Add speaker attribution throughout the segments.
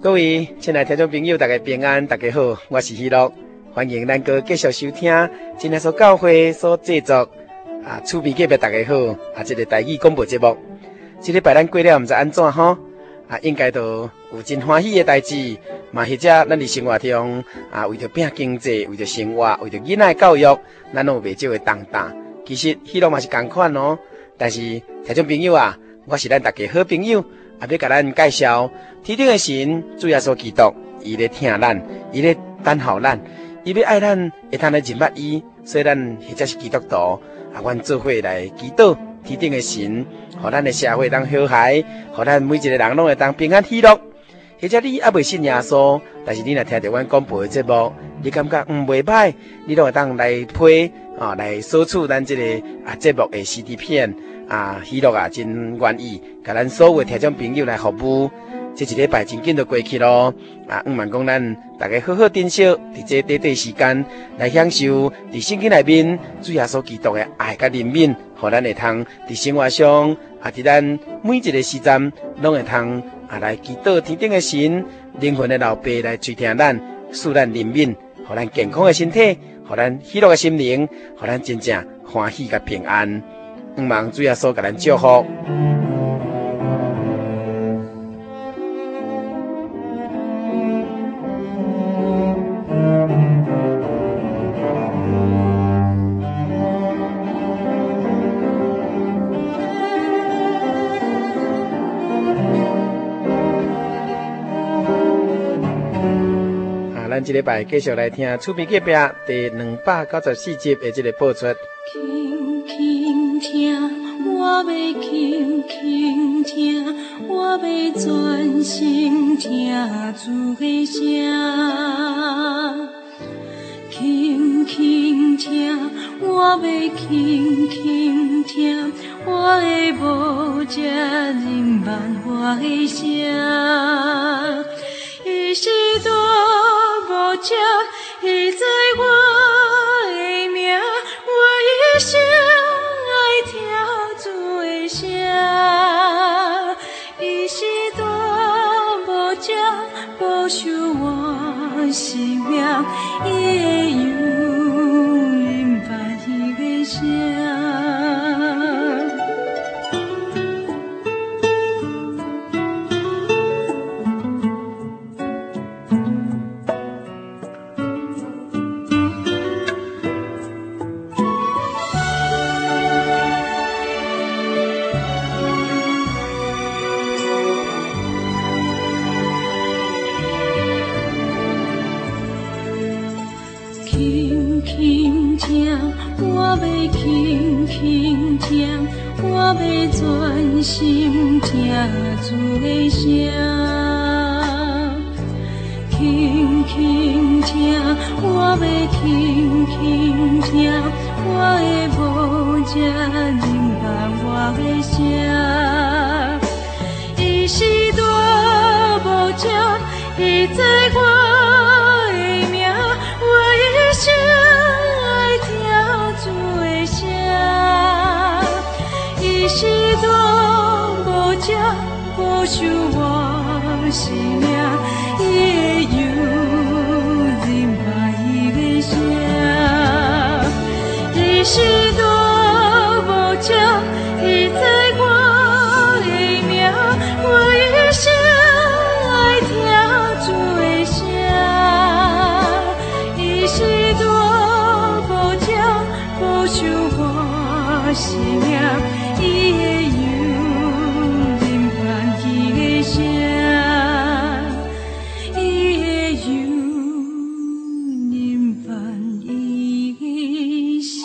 Speaker 1: 各位亲爱的听众朋友，大家平安，大家好，我是喜乐，欢迎咱哥继续收听今天所教会所制作啊，厝边隔壁大家好啊，这个台语广播节目，这礼拜咱过了，毋知安怎吼啊，应该都有真欢喜的代志，嘛或者咱伫生活中啊，为着拼经济，为着生活，为着囡仔的教育，咱拢有袂少的动荡。其实喜乐嘛是共款哦，但是听众朋友啊，我是咱大家好朋友，啊，要甲咱介绍。天顶的神主耶稣基督，伊咧疼咱，伊咧等候咱，伊要爱咱，会通来认捌伊，所以咱或者是基督徒，啊，阮做伙来祈祷天顶的神，互咱的社会当和谐，互咱每一个人拢会当平安喜乐。或者你还未信耶稣，但是你若听着阮广播的节目，你感觉嗯袂歹，你拢会当来配啊来索取咱即、个啊节目的 CD 片啊，喜乐啊真愿意，甲咱所有的听众朋友来服务。这一礼拜真紧就过去咯，啊，毋茫讲咱大家好好珍惜，伫这短短时间来享受伫圣经内面主耶稣基督的爱甲怜悯，互咱会通伫生活上啊，伫咱每一个时阵拢会通啊来祈祷天顶的神，灵魂的老爸来垂听咱，使咱怜悯，互咱健康的身体，互咱喜乐的心灵，互咱真正欢喜甲平安。毋茫主耶稣甲咱祝福。啊，咱这礼拜继续来听厝边隔壁第两百九十四集的这个播出。
Speaker 2: 轻轻听，我要轻轻听，我要专心听主的声。轻轻听，我要轻轻听，我的无遮人慢我的声。伊是大无车，伊知我的名，我一生爱听主的声。伊是大无车，保守我性命，伊的幽灵把伊的声。轻轻听，我要轻轻听，我要专心听主的声。轻轻听，我要轻轻听，我的无遮人把我的声。伊是大无鸟，伊知我的名，我一生爱听主的声。伊是大无鸟，保守我性命，伊的忧人把伊的声。伊是多无情，你知我的名，我一生爱听最声。伊是多无情，无想我性命，伊的幽灵伴伊的声。伊的幽人伴伊声。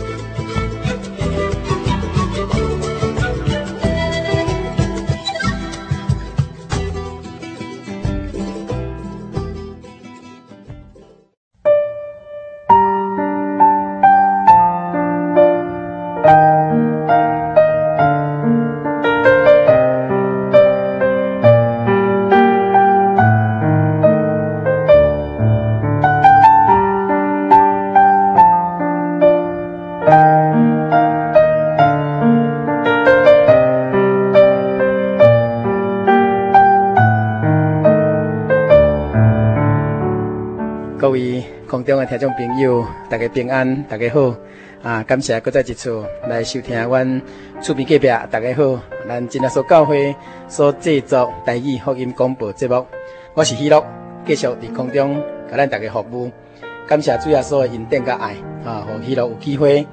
Speaker 1: 各位空中的听众朋友，大家平安，大家好啊！感谢搁再一次来收听阮厝边隔壁，大家好，咱今日所教会所制作台语福音广播节目，我是喜乐，继续伫空中甲咱大家服务。感谢主耶稣的恩典甲爱啊，互喜乐有机会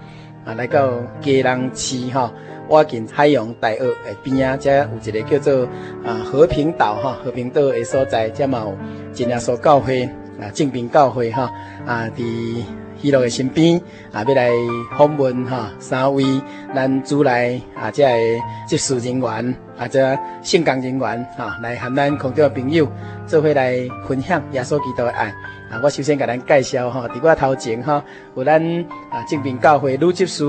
Speaker 1: 啊来到基隆市吼、我近海洋大学的边啊，遮有一个叫做啊和平岛哈、和平岛的所在，遮嘛有真耶稣教会啊，正平教会哈啊，伫喜乐的身边啊，要来访问哈、三位咱主内啊，遮的执事人员啊，遮信工人员哈、啊，来和咱空中的朋友做伙来分享耶稣基督的爱。啊，我首先甲咱介绍吼，伫、我头前吼、有咱啊正平教会女执事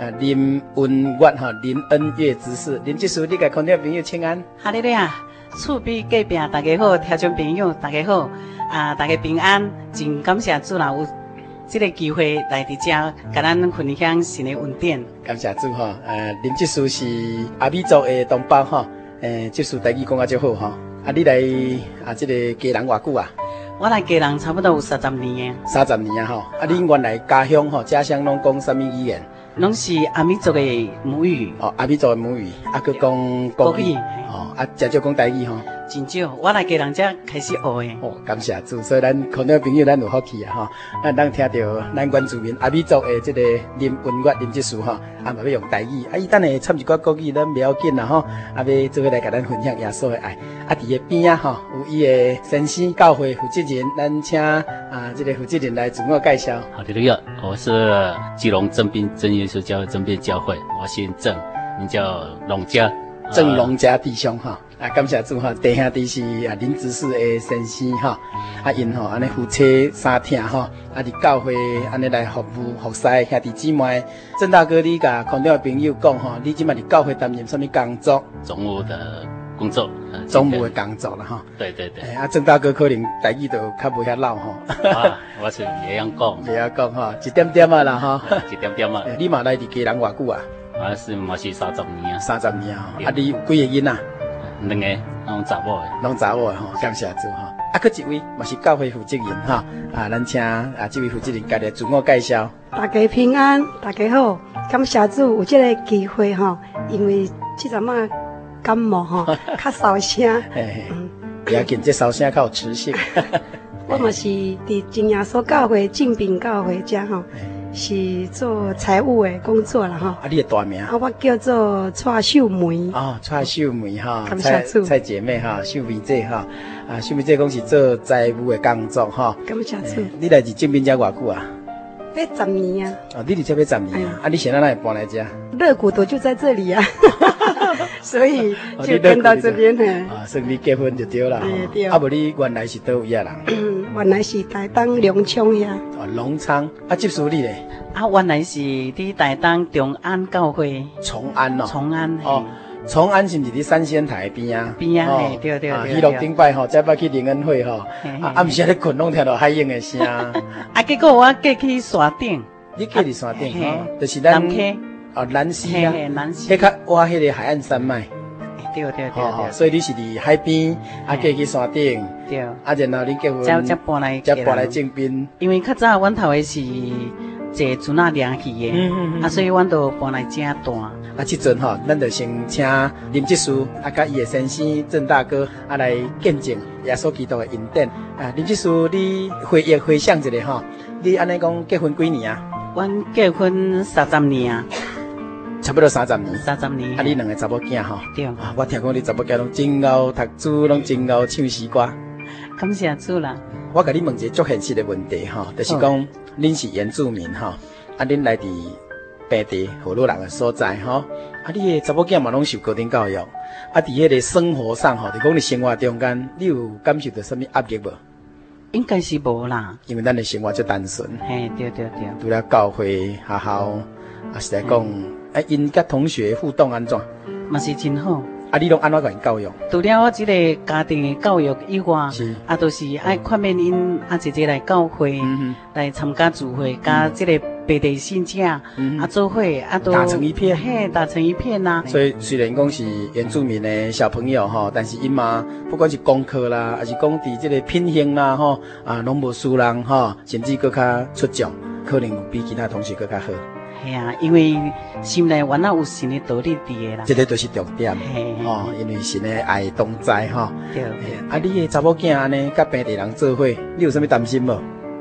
Speaker 1: 啊林恩月吼、林恩月执事，林执事，你甲空中的朋友请安。
Speaker 3: 哈利路亚！厝边隔壁大家好，听众朋友大家好，啊，大家平安，真感谢主人有这个机会来伫遮，甲咱分享神的恩典。
Speaker 1: 感谢主哈，呃，林志书是阿美族的同胞哈，呃，志书台语讲啊足好哈，啊，你来啊，这个家人偌久啊，
Speaker 3: 我来家人差不多有三十年的，
Speaker 1: 三十年啊吼，啊，你原来家乡吼，家乡拢讲什么语言？
Speaker 3: 拢是阿弥族的母语，
Speaker 1: 哦，阿美族的母语，啊，佮讲国
Speaker 3: 国
Speaker 1: 语
Speaker 3: 语，
Speaker 1: 哦，啊，真少讲台语吼。
Speaker 3: 真少。我来家人遮开始学的。
Speaker 1: 哦，感谢主，所以咱空中朋友咱有福气啊吼，咱咱听到咱原住民阿美族的这个林文月林志书吼，啊嘛要用台语，啊伊等下参一寡国语咱袂要紧啦吼，啊要做伙来甲咱分享耶稣的爱，啊伫个边啊吼有伊的先生教会负责人，咱请啊这个负责人来自我介绍，
Speaker 4: 好的，路亚，我是基隆正滨真耶稣教会正边教会，我姓郑，名叫龙家，呃
Speaker 1: 郑龙家弟兄哈。啊，感谢主哈，弟兄弟是啊林执事的先生哈，啊因吼安尼夫妻三听吼，啊伫教会安尼来服务服侍的兄弟姊妹。郑大哥，你甲空中的朋友讲吼，你即摆伫教会担任什么工作？
Speaker 4: 呃总务的工作，呃
Speaker 1: 总务的，工作啦吼。
Speaker 4: 对对对，
Speaker 1: 哎啊，郑大哥可能台语都较无遐老吼，
Speaker 4: 啊，我是也样讲，
Speaker 1: 袂晓讲吼，一点点啊啦吼。
Speaker 4: 呃一点点嘛，
Speaker 1: 哎你嘛来伫家人偌久啊？
Speaker 4: 我是嘛是三十年啊，
Speaker 1: 三十年啊，吼啊你有几个囡仔？
Speaker 4: 两个拢查某的，
Speaker 1: 拢查某的吼，感谢主吼。啊，佫一位嘛是教会负责人吼，啊，咱请啊这位负责人家己自我介绍。
Speaker 5: 大家平安，大家好，感谢主有这个机会吼，因为这阵仔感 冒吼，较少声。
Speaker 1: 嘿嘿，
Speaker 5: 嗯，
Speaker 1: 不要紧，这烧声较有磁 性。啊
Speaker 5: 我嘛是伫真耶稣教会、敬品教会遮吼，是做财务的工作啦吼。
Speaker 1: 啊，你的大名
Speaker 5: 啊，我叫做蔡秀梅，
Speaker 1: 哦，蔡秀梅哈，
Speaker 5: 感谢
Speaker 1: 蔡
Speaker 5: 主
Speaker 1: 蔡姐妹哈，秀梅姐哈，啊，秀梅姐讲是做财务的工作哈。
Speaker 5: 感谢
Speaker 1: 哎
Speaker 5: 主，
Speaker 1: 你来自这边才偌久啊？
Speaker 5: 八十年啊，
Speaker 1: 哦，你伫这边十年
Speaker 5: 哎
Speaker 1: 啊？啊，你现在哪会搬来这？
Speaker 5: 热骨头就在 这里啊，所以
Speaker 1: 哦
Speaker 5: 就跟到这边嘿。
Speaker 1: 啊，算你结婚就对啦。
Speaker 5: 哎
Speaker 1: 吼
Speaker 5: 对
Speaker 1: 啊，无你原来是倒位啊人？
Speaker 5: 嗯原来是台东龙昌遐，
Speaker 1: 哦，隆昌啊，即属你咧，
Speaker 3: 啊，原来是伫台东长安教会
Speaker 1: 崇安哦。
Speaker 3: 崇安。
Speaker 1: 哦
Speaker 3: 嘿，
Speaker 1: 崇安是毋是伫三仙台边啊？
Speaker 3: 边啊
Speaker 1: 哦
Speaker 3: 嘿对对
Speaker 1: 啊
Speaker 3: 对
Speaker 1: 迄落
Speaker 3: 对
Speaker 1: 顶摆吼，再捌去灵恩会吼，
Speaker 3: 嘿嘿
Speaker 1: 啊暗时咧困拢听到海鹰的 声。
Speaker 3: 啊，结果我过去山顶，
Speaker 1: 你去伫山顶
Speaker 3: 啊
Speaker 1: 吼，
Speaker 3: 嘿
Speaker 1: 就是咱
Speaker 3: 南溪
Speaker 1: 哦南溪
Speaker 3: 嘿
Speaker 1: 啊，
Speaker 3: 嘿，南溪，
Speaker 1: 迄较挖迄个海岸山脉，
Speaker 3: 嘿对对对
Speaker 1: 吼吼，
Speaker 3: 对
Speaker 1: 所以你是伫海边，啊过
Speaker 3: 嘿
Speaker 1: 去山顶，
Speaker 3: 对，
Speaker 1: 啊然后你结婚，
Speaker 3: 才才搬来
Speaker 1: 才
Speaker 3: 基隆
Speaker 1: 搬来正滨，
Speaker 3: 因为较早阮头的是坐船啊掠去的，
Speaker 1: 嗯嗯嗯
Speaker 3: 啊，所以阮都搬来遮住。
Speaker 1: 啊，即阵吼，咱就先请林志书啊，甲伊的先生郑大哥啊来见证耶稣基督的恩典啊。林志书，你回忆回想一下吼，你安尼讲结婚几年啊？
Speaker 3: 阮结婚三十年啊，
Speaker 1: 差不多三十年。
Speaker 3: 三十年。
Speaker 1: 啊，你两个查某囝吼，
Speaker 3: 对，
Speaker 1: 啊，我听讲你查某囝拢真会读书，拢真会唱诗歌。
Speaker 3: 感谢主啦。
Speaker 1: 我甲你问一个足现实的问题吼，就是讲恁是原住民吼，啊，恁来自平地河洛人的所在吼，啊，你的查某囝嘛拢受高等教育，啊，伫迄个生活上吼，就讲你生活中间，你有感受到什么压力无？
Speaker 3: 应该是无啦。
Speaker 1: 因为咱的生活足单纯，
Speaker 3: 嘿，对对对，
Speaker 1: 除了教会、学校，啊，是来讲，啊，因甲同学互动安怎？啊，
Speaker 3: 嘛是真好。
Speaker 1: 你拢安怎甲因教育？
Speaker 3: 除了我即个家庭的教育以外
Speaker 1: 是，
Speaker 3: 啊，都是爱看面因啊姐姐来教会，
Speaker 1: 嗯
Speaker 3: 来参加聚会，加即个白地信者
Speaker 1: 嗯
Speaker 3: 啊做伙啊都
Speaker 1: 打成一片
Speaker 3: 嘿，打成一片啊呐。
Speaker 1: 所以虽然讲是原住民的小朋友吼，但是因嘛不管是功课啦，还是讲伫即个品行啦吼，啊拢无输人吼，甚至搁较出众，可能有比其他同学搁较好，
Speaker 3: 嘿啊，因为心内原来有神的道理伫的啦。
Speaker 1: 这个都是重点
Speaker 3: 嘿
Speaker 1: 吼、因为神的爱同在吼。
Speaker 3: 对，
Speaker 1: 嘿啊，你的查某囝安尼甲平地人做伙，你有啥物担心无？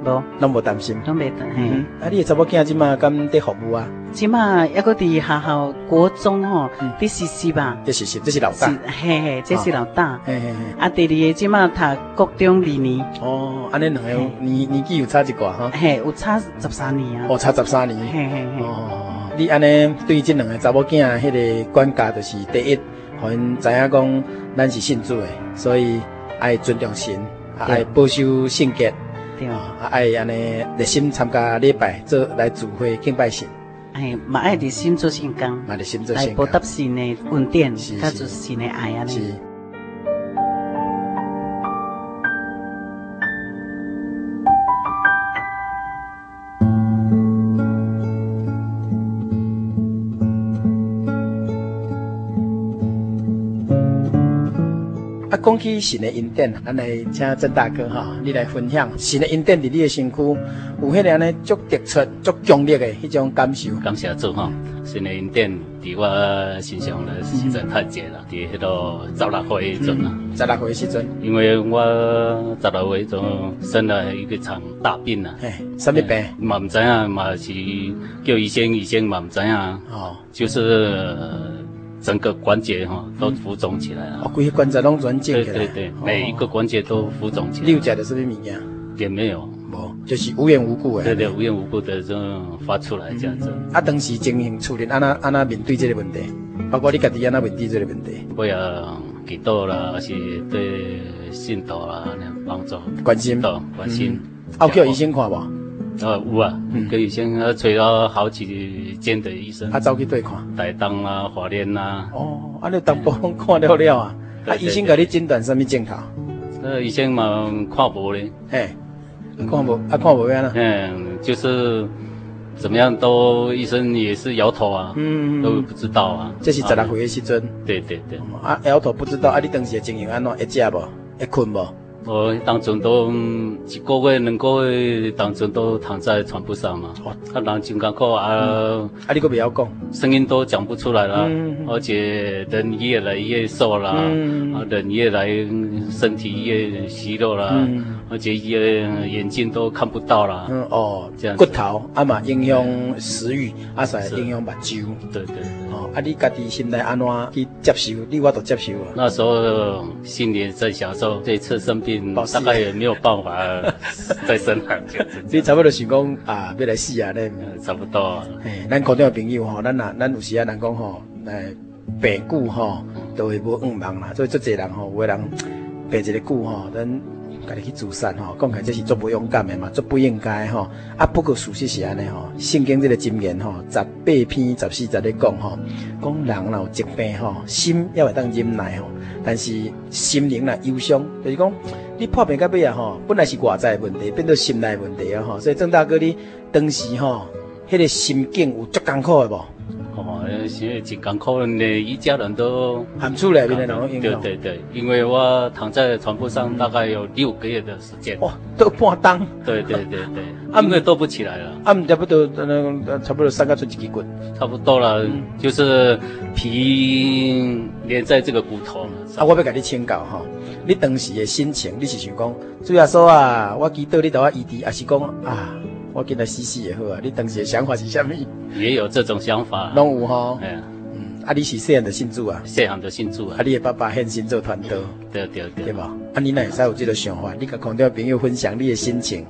Speaker 3: 无
Speaker 1: 拢无担心。
Speaker 3: 拢袂得嘿
Speaker 1: 嗯。，啊，你的查某囝即嘛敢伫服务啊？
Speaker 3: 即马抑搁伫学校国中吼
Speaker 1: 嗯，
Speaker 3: 伫实习吧，
Speaker 1: 这是是这是老
Speaker 3: 是
Speaker 1: 大。哦
Speaker 3: 嘿嘿，这是老大。
Speaker 1: 嘿嘿嘿，
Speaker 3: 啊，第二个即马读国中二年，
Speaker 1: 哦，安尼两个有
Speaker 3: 嘿
Speaker 1: 年年纪有差一寡哈，
Speaker 3: 嘿，有差十三年啊
Speaker 1: 哦，。差十三年。
Speaker 3: 嘿嘿嘿，
Speaker 1: 哦，你安尼对这两个查某囝迄个管教，就是第一，互因知影讲咱是信主的，所以爱尊重神，啊
Speaker 3: 对
Speaker 1: 爱保守性格，
Speaker 3: 对，
Speaker 1: 啊爱安尼热心参加礼拜，做来聚会敬拜神，
Speaker 3: 哎，嘛爱伫心做善工，
Speaker 1: 嘛热心做
Speaker 3: 来
Speaker 1: 信
Speaker 3: 报
Speaker 1: 仰
Speaker 3: 答神的恩典，
Speaker 1: 是
Speaker 3: 甲
Speaker 1: 是
Speaker 3: 做神的爱安
Speaker 1: 是
Speaker 3: 尼。。
Speaker 1: 啊，讲起神的恩典，咱来请郑大哥哈、你来分享神的恩典伫你的身躯，有迄个安尼足突出、足强烈的迄种感受。
Speaker 4: 感谢主吼，新的恩典伫我身上咧实在太济啦，伫迄个十六岁迄阵啊，
Speaker 1: 十六岁的时阵，
Speaker 4: 因为我十六岁迄阵生了一个场大病啊，
Speaker 1: 嘿，什么病？
Speaker 4: 嘛毋知影，嘛是叫医生，医生嘛毋知影，
Speaker 1: 哦，
Speaker 4: 就是、呃整个关节哈都浮肿起来
Speaker 1: 嗯哦
Speaker 4: 了，，
Speaker 1: 规个关节拢全肿
Speaker 4: 对
Speaker 1: 起来。
Speaker 4: 对对，
Speaker 1: 哦
Speaker 4: 每一个关节都浮肿起来，
Speaker 1: 你有食着什么物件？
Speaker 4: 也没有，
Speaker 1: 无，就是无缘无故的。
Speaker 4: 对对，无缘无故的就发出来这样子。
Speaker 1: 啊，当时情形处理安那安那面对这个问题，包括你家己安那面对这个问题，
Speaker 4: 为了祈祷啦，还是对信徒啦，那样帮助
Speaker 1: 关心
Speaker 4: 到关心。
Speaker 1: 啊，有叫医生看无？
Speaker 4: 呃有啊
Speaker 1: 嗯，
Speaker 4: 给医生呃找了好几间的医生
Speaker 1: 啊，，走去对看。
Speaker 4: 台东啦、华联啦，
Speaker 1: 哦，啊，你淡薄拢看了了啊。啊，
Speaker 4: 对对
Speaker 1: 医生甲你诊断什么症头？
Speaker 4: 那医生嘛看无咧，
Speaker 1: 嘿，看无啊，看无安啦。
Speaker 4: 嗯，就是怎么样都医生也是摇头啊，
Speaker 1: 嗯
Speaker 4: 都不知道啊。
Speaker 1: 这是十六
Speaker 4: 啊
Speaker 1: 岁的时阵，
Speaker 4: 对对对，
Speaker 1: 啊，摇头不知道啊，你当时的情形安怎？会食无？会困无？啊
Speaker 4: 我当中都嗯一个月、两个月当中都躺在床铺上嘛，
Speaker 1: 哦
Speaker 4: 啊，人真艰苦啊，
Speaker 1: 啊，你佫袂晓讲，
Speaker 4: 声音都讲不出来了，
Speaker 1: 嗯
Speaker 4: 而且人越来越瘦了，
Speaker 1: 嗯
Speaker 4: 啊，人越来身体越虚弱了，
Speaker 1: 嗯
Speaker 4: 而且也眼睛都看不到了，
Speaker 1: 嗯哦
Speaker 4: 这，样
Speaker 1: 骨
Speaker 4: 子
Speaker 1: 头啊嘛影响食欲，啊，再
Speaker 4: 是
Speaker 1: 影响目睭。
Speaker 4: 对对对。
Speaker 1: 哦，啊，你家己心内安怎去接受？你我都接受啊。
Speaker 4: 那时候心里在想说，这次生病
Speaker 1: 保释
Speaker 4: 大概也没有办法再生了，
Speaker 1: 你差不多想讲啊，要来死啊咧。
Speaker 4: 嗯差不多啊。
Speaker 1: 嘿，咱空中的朋友吼，咱啊，咱有时啊，咱讲吼，诶，病久吼，都会无愿望啦。所以足侪人吼，有的人病一个久吼，咱家己去自杀吼，讲起来这是足不勇敢的嘛，足不应该吼。啊，不过事实是安尼吼，圣经这个箴言吼，十八篇十四节咧讲吼，讲人若有疾病吼，心要会当忍耐吼，但是心灵若忧伤，就是讲你破病到尾啊吼，本来是外在的问题，变做心内的问题啊吼。所以郑大哥你当时吼，迄、个心境有足艰苦的无？
Speaker 4: 哦，现在真艰苦呢，一家人都
Speaker 1: 含厝内面的人拢影
Speaker 4: 对
Speaker 1: 响。
Speaker 4: 对对，因为我躺在床铺上大概有六个月的时间。
Speaker 1: 哇，都半当，
Speaker 4: 对对对 对，
Speaker 1: 啊
Speaker 4: 因为动不起来了，
Speaker 1: 啊，毋差不多，呃差不多三个出一支棍。
Speaker 4: 差不多了，
Speaker 1: 嗯
Speaker 4: 就是皮连在这个骨头了。
Speaker 1: 啊，我要甲你请教吼，你当时的心情，你是想讲，主要说啊，我祈祷你甲我医治，还是讲啊，我今日死死也好啊？你当时的想法是啥物？
Speaker 4: 也有这种想法。
Speaker 1: 拢有吼。
Speaker 4: 哎，
Speaker 1: 嗯，啊，你是细汉的信主啊，
Speaker 4: 谢行的信主
Speaker 1: 啊
Speaker 4: 啊，，
Speaker 1: 你的爸爸献身做团队，
Speaker 4: 对对
Speaker 1: 对
Speaker 4: 对
Speaker 1: 无？，啊，你哪会使有这个想法？你甲空调朋友分享你的心情，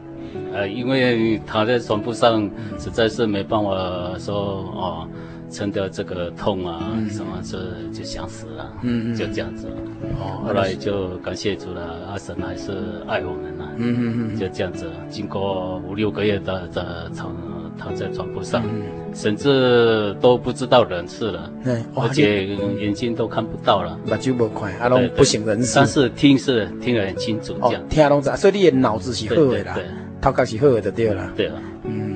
Speaker 4: 呃，因为躺在床铺上，实在是没办法说哦，撑得这个痛啊，什么这就想死了，
Speaker 1: 嗯嗯
Speaker 4: 就这样子了。
Speaker 1: 哦
Speaker 4: 嗯后来就感谢主了，阿神还是爱我们了、
Speaker 1: 嗯嗯嗯
Speaker 4: 就这样子，经过五六个月的的躺躺在床铺上，甚至都不知道人事了，
Speaker 1: 嗯，哎，哇
Speaker 4: 而且眼睛都看不到了，
Speaker 1: 你目睭无看，啊，拢
Speaker 4: 对对
Speaker 1: 不省人事
Speaker 4: 但。是听是听得很清楚，这
Speaker 1: 哦
Speaker 4: 样，
Speaker 1: 听拢知道，所以你的脑子是
Speaker 4: 对
Speaker 1: 好的
Speaker 4: 对
Speaker 1: 啦
Speaker 4: 对，
Speaker 1: 头壳是好的就对啦。
Speaker 4: 对了。
Speaker 1: 嗯，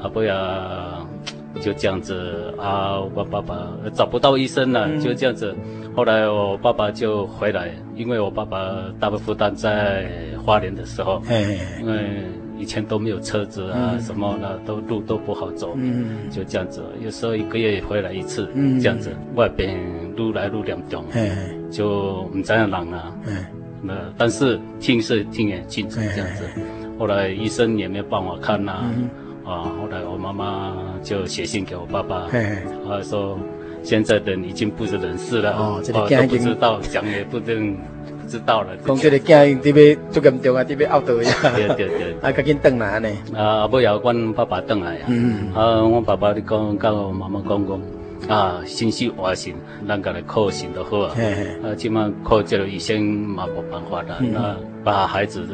Speaker 4: 啊，不要，就这样子啊，我爸爸呃找不到医生了，
Speaker 1: 嗯
Speaker 4: 就这样子。后来我爸爸就回来，因为我爸爸大部分在花莲的时候，
Speaker 1: 嘿嘿，嘿
Speaker 4: 因为以前都没有车子啊，
Speaker 1: 嗯
Speaker 4: 什么的都路都不好走，
Speaker 1: 嗯，
Speaker 4: 就这样子。有时候一个月也回来一次，
Speaker 1: 嗯
Speaker 4: 这样子，外边路来路两种，
Speaker 1: 嘿嘿，
Speaker 4: 就唔知道人啊。
Speaker 1: 嘿。
Speaker 4: 那但是听是听得很清楚这样子。
Speaker 1: 哎
Speaker 4: 后来医生也没有办法看呐、
Speaker 1: 嗯
Speaker 4: 啊，后来我妈妈就写信给我爸爸，
Speaker 1: 嘿嘿
Speaker 4: 啊说现在人已经不是人事了，
Speaker 1: 哦这个
Speaker 4: 我
Speaker 1: 惊
Speaker 4: 都不
Speaker 1: 已经
Speaker 4: 知道，讲也不定不知道了。
Speaker 1: 讲这个囝因伫要足严重啊，伫要outdoor
Speaker 4: 对
Speaker 1: 呀，
Speaker 4: 对对，
Speaker 1: 啊，赶紧转来安尼。
Speaker 4: 啊，不要阮爸爸等来啊，
Speaker 1: 嗯
Speaker 4: 啊，我爸爸咧讲，甲我妈妈讲讲，啊，信息外信，咱家来靠信就好啊。
Speaker 1: 嘿嘿，
Speaker 4: 啊，即满靠这个医生嘛无办法
Speaker 1: 嗯
Speaker 4: 啦，那把孩子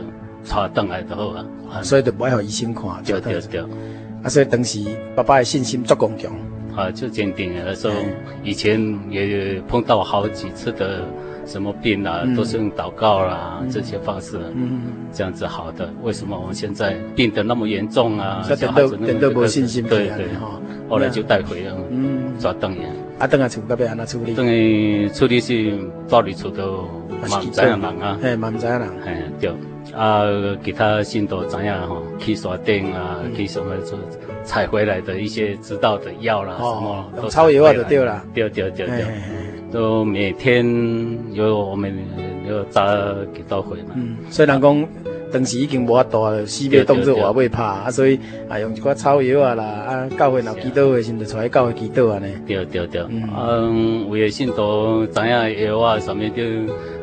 Speaker 4: 带倒来就好啊。啊，
Speaker 1: 所以就不爱互医生看，
Speaker 4: 对
Speaker 1: 对
Speaker 4: 对对，
Speaker 1: 啊，所以当时爸爸的信心足坚强，
Speaker 4: 啊，就坚定了。那时候以前也碰到好几次的什么病啊，都是用祷告啦这些方式，啊
Speaker 1: 嗯，
Speaker 4: 这样子好的。为什么我们现在病得那么严重啊？
Speaker 1: 所以
Speaker 4: 小
Speaker 1: 等
Speaker 4: 孩
Speaker 1: 到
Speaker 4: 子那么
Speaker 1: 等到无信心
Speaker 4: 对
Speaker 1: 安
Speaker 4: 对
Speaker 1: 尼。吼。
Speaker 4: 后来就带回了，啊
Speaker 1: 嗯，
Speaker 4: 抓等人，
Speaker 1: 啊，等下厝到要安怎处理？
Speaker 4: 等于处理是到底处都嘛知影人啊。
Speaker 1: 嘿，嘛毋知影人，
Speaker 4: 哎，对，啊，其他信徒知影吼，去山顶啊，
Speaker 1: 嗯
Speaker 4: 去什么做采回来的一些知道的药啦，
Speaker 1: 哦
Speaker 4: 什么
Speaker 1: 有
Speaker 4: 都
Speaker 1: 草药啊
Speaker 4: 采回来
Speaker 1: 就对啦
Speaker 4: 对对对
Speaker 1: 嘿
Speaker 4: 对
Speaker 1: 嘿，嘿，
Speaker 4: 都每天有我们有扎几道回嘛，
Speaker 1: 嗯，所以人讲当时已经无法度了，死命当作活未拍，啊，所以啊用一寡草药啊啦，啊，教会若祈祷的时阵，就带去教会祈祷安尼。
Speaker 4: 对对对，
Speaker 1: 嗯
Speaker 4: 嗯，有的信徒知影药啊，什么就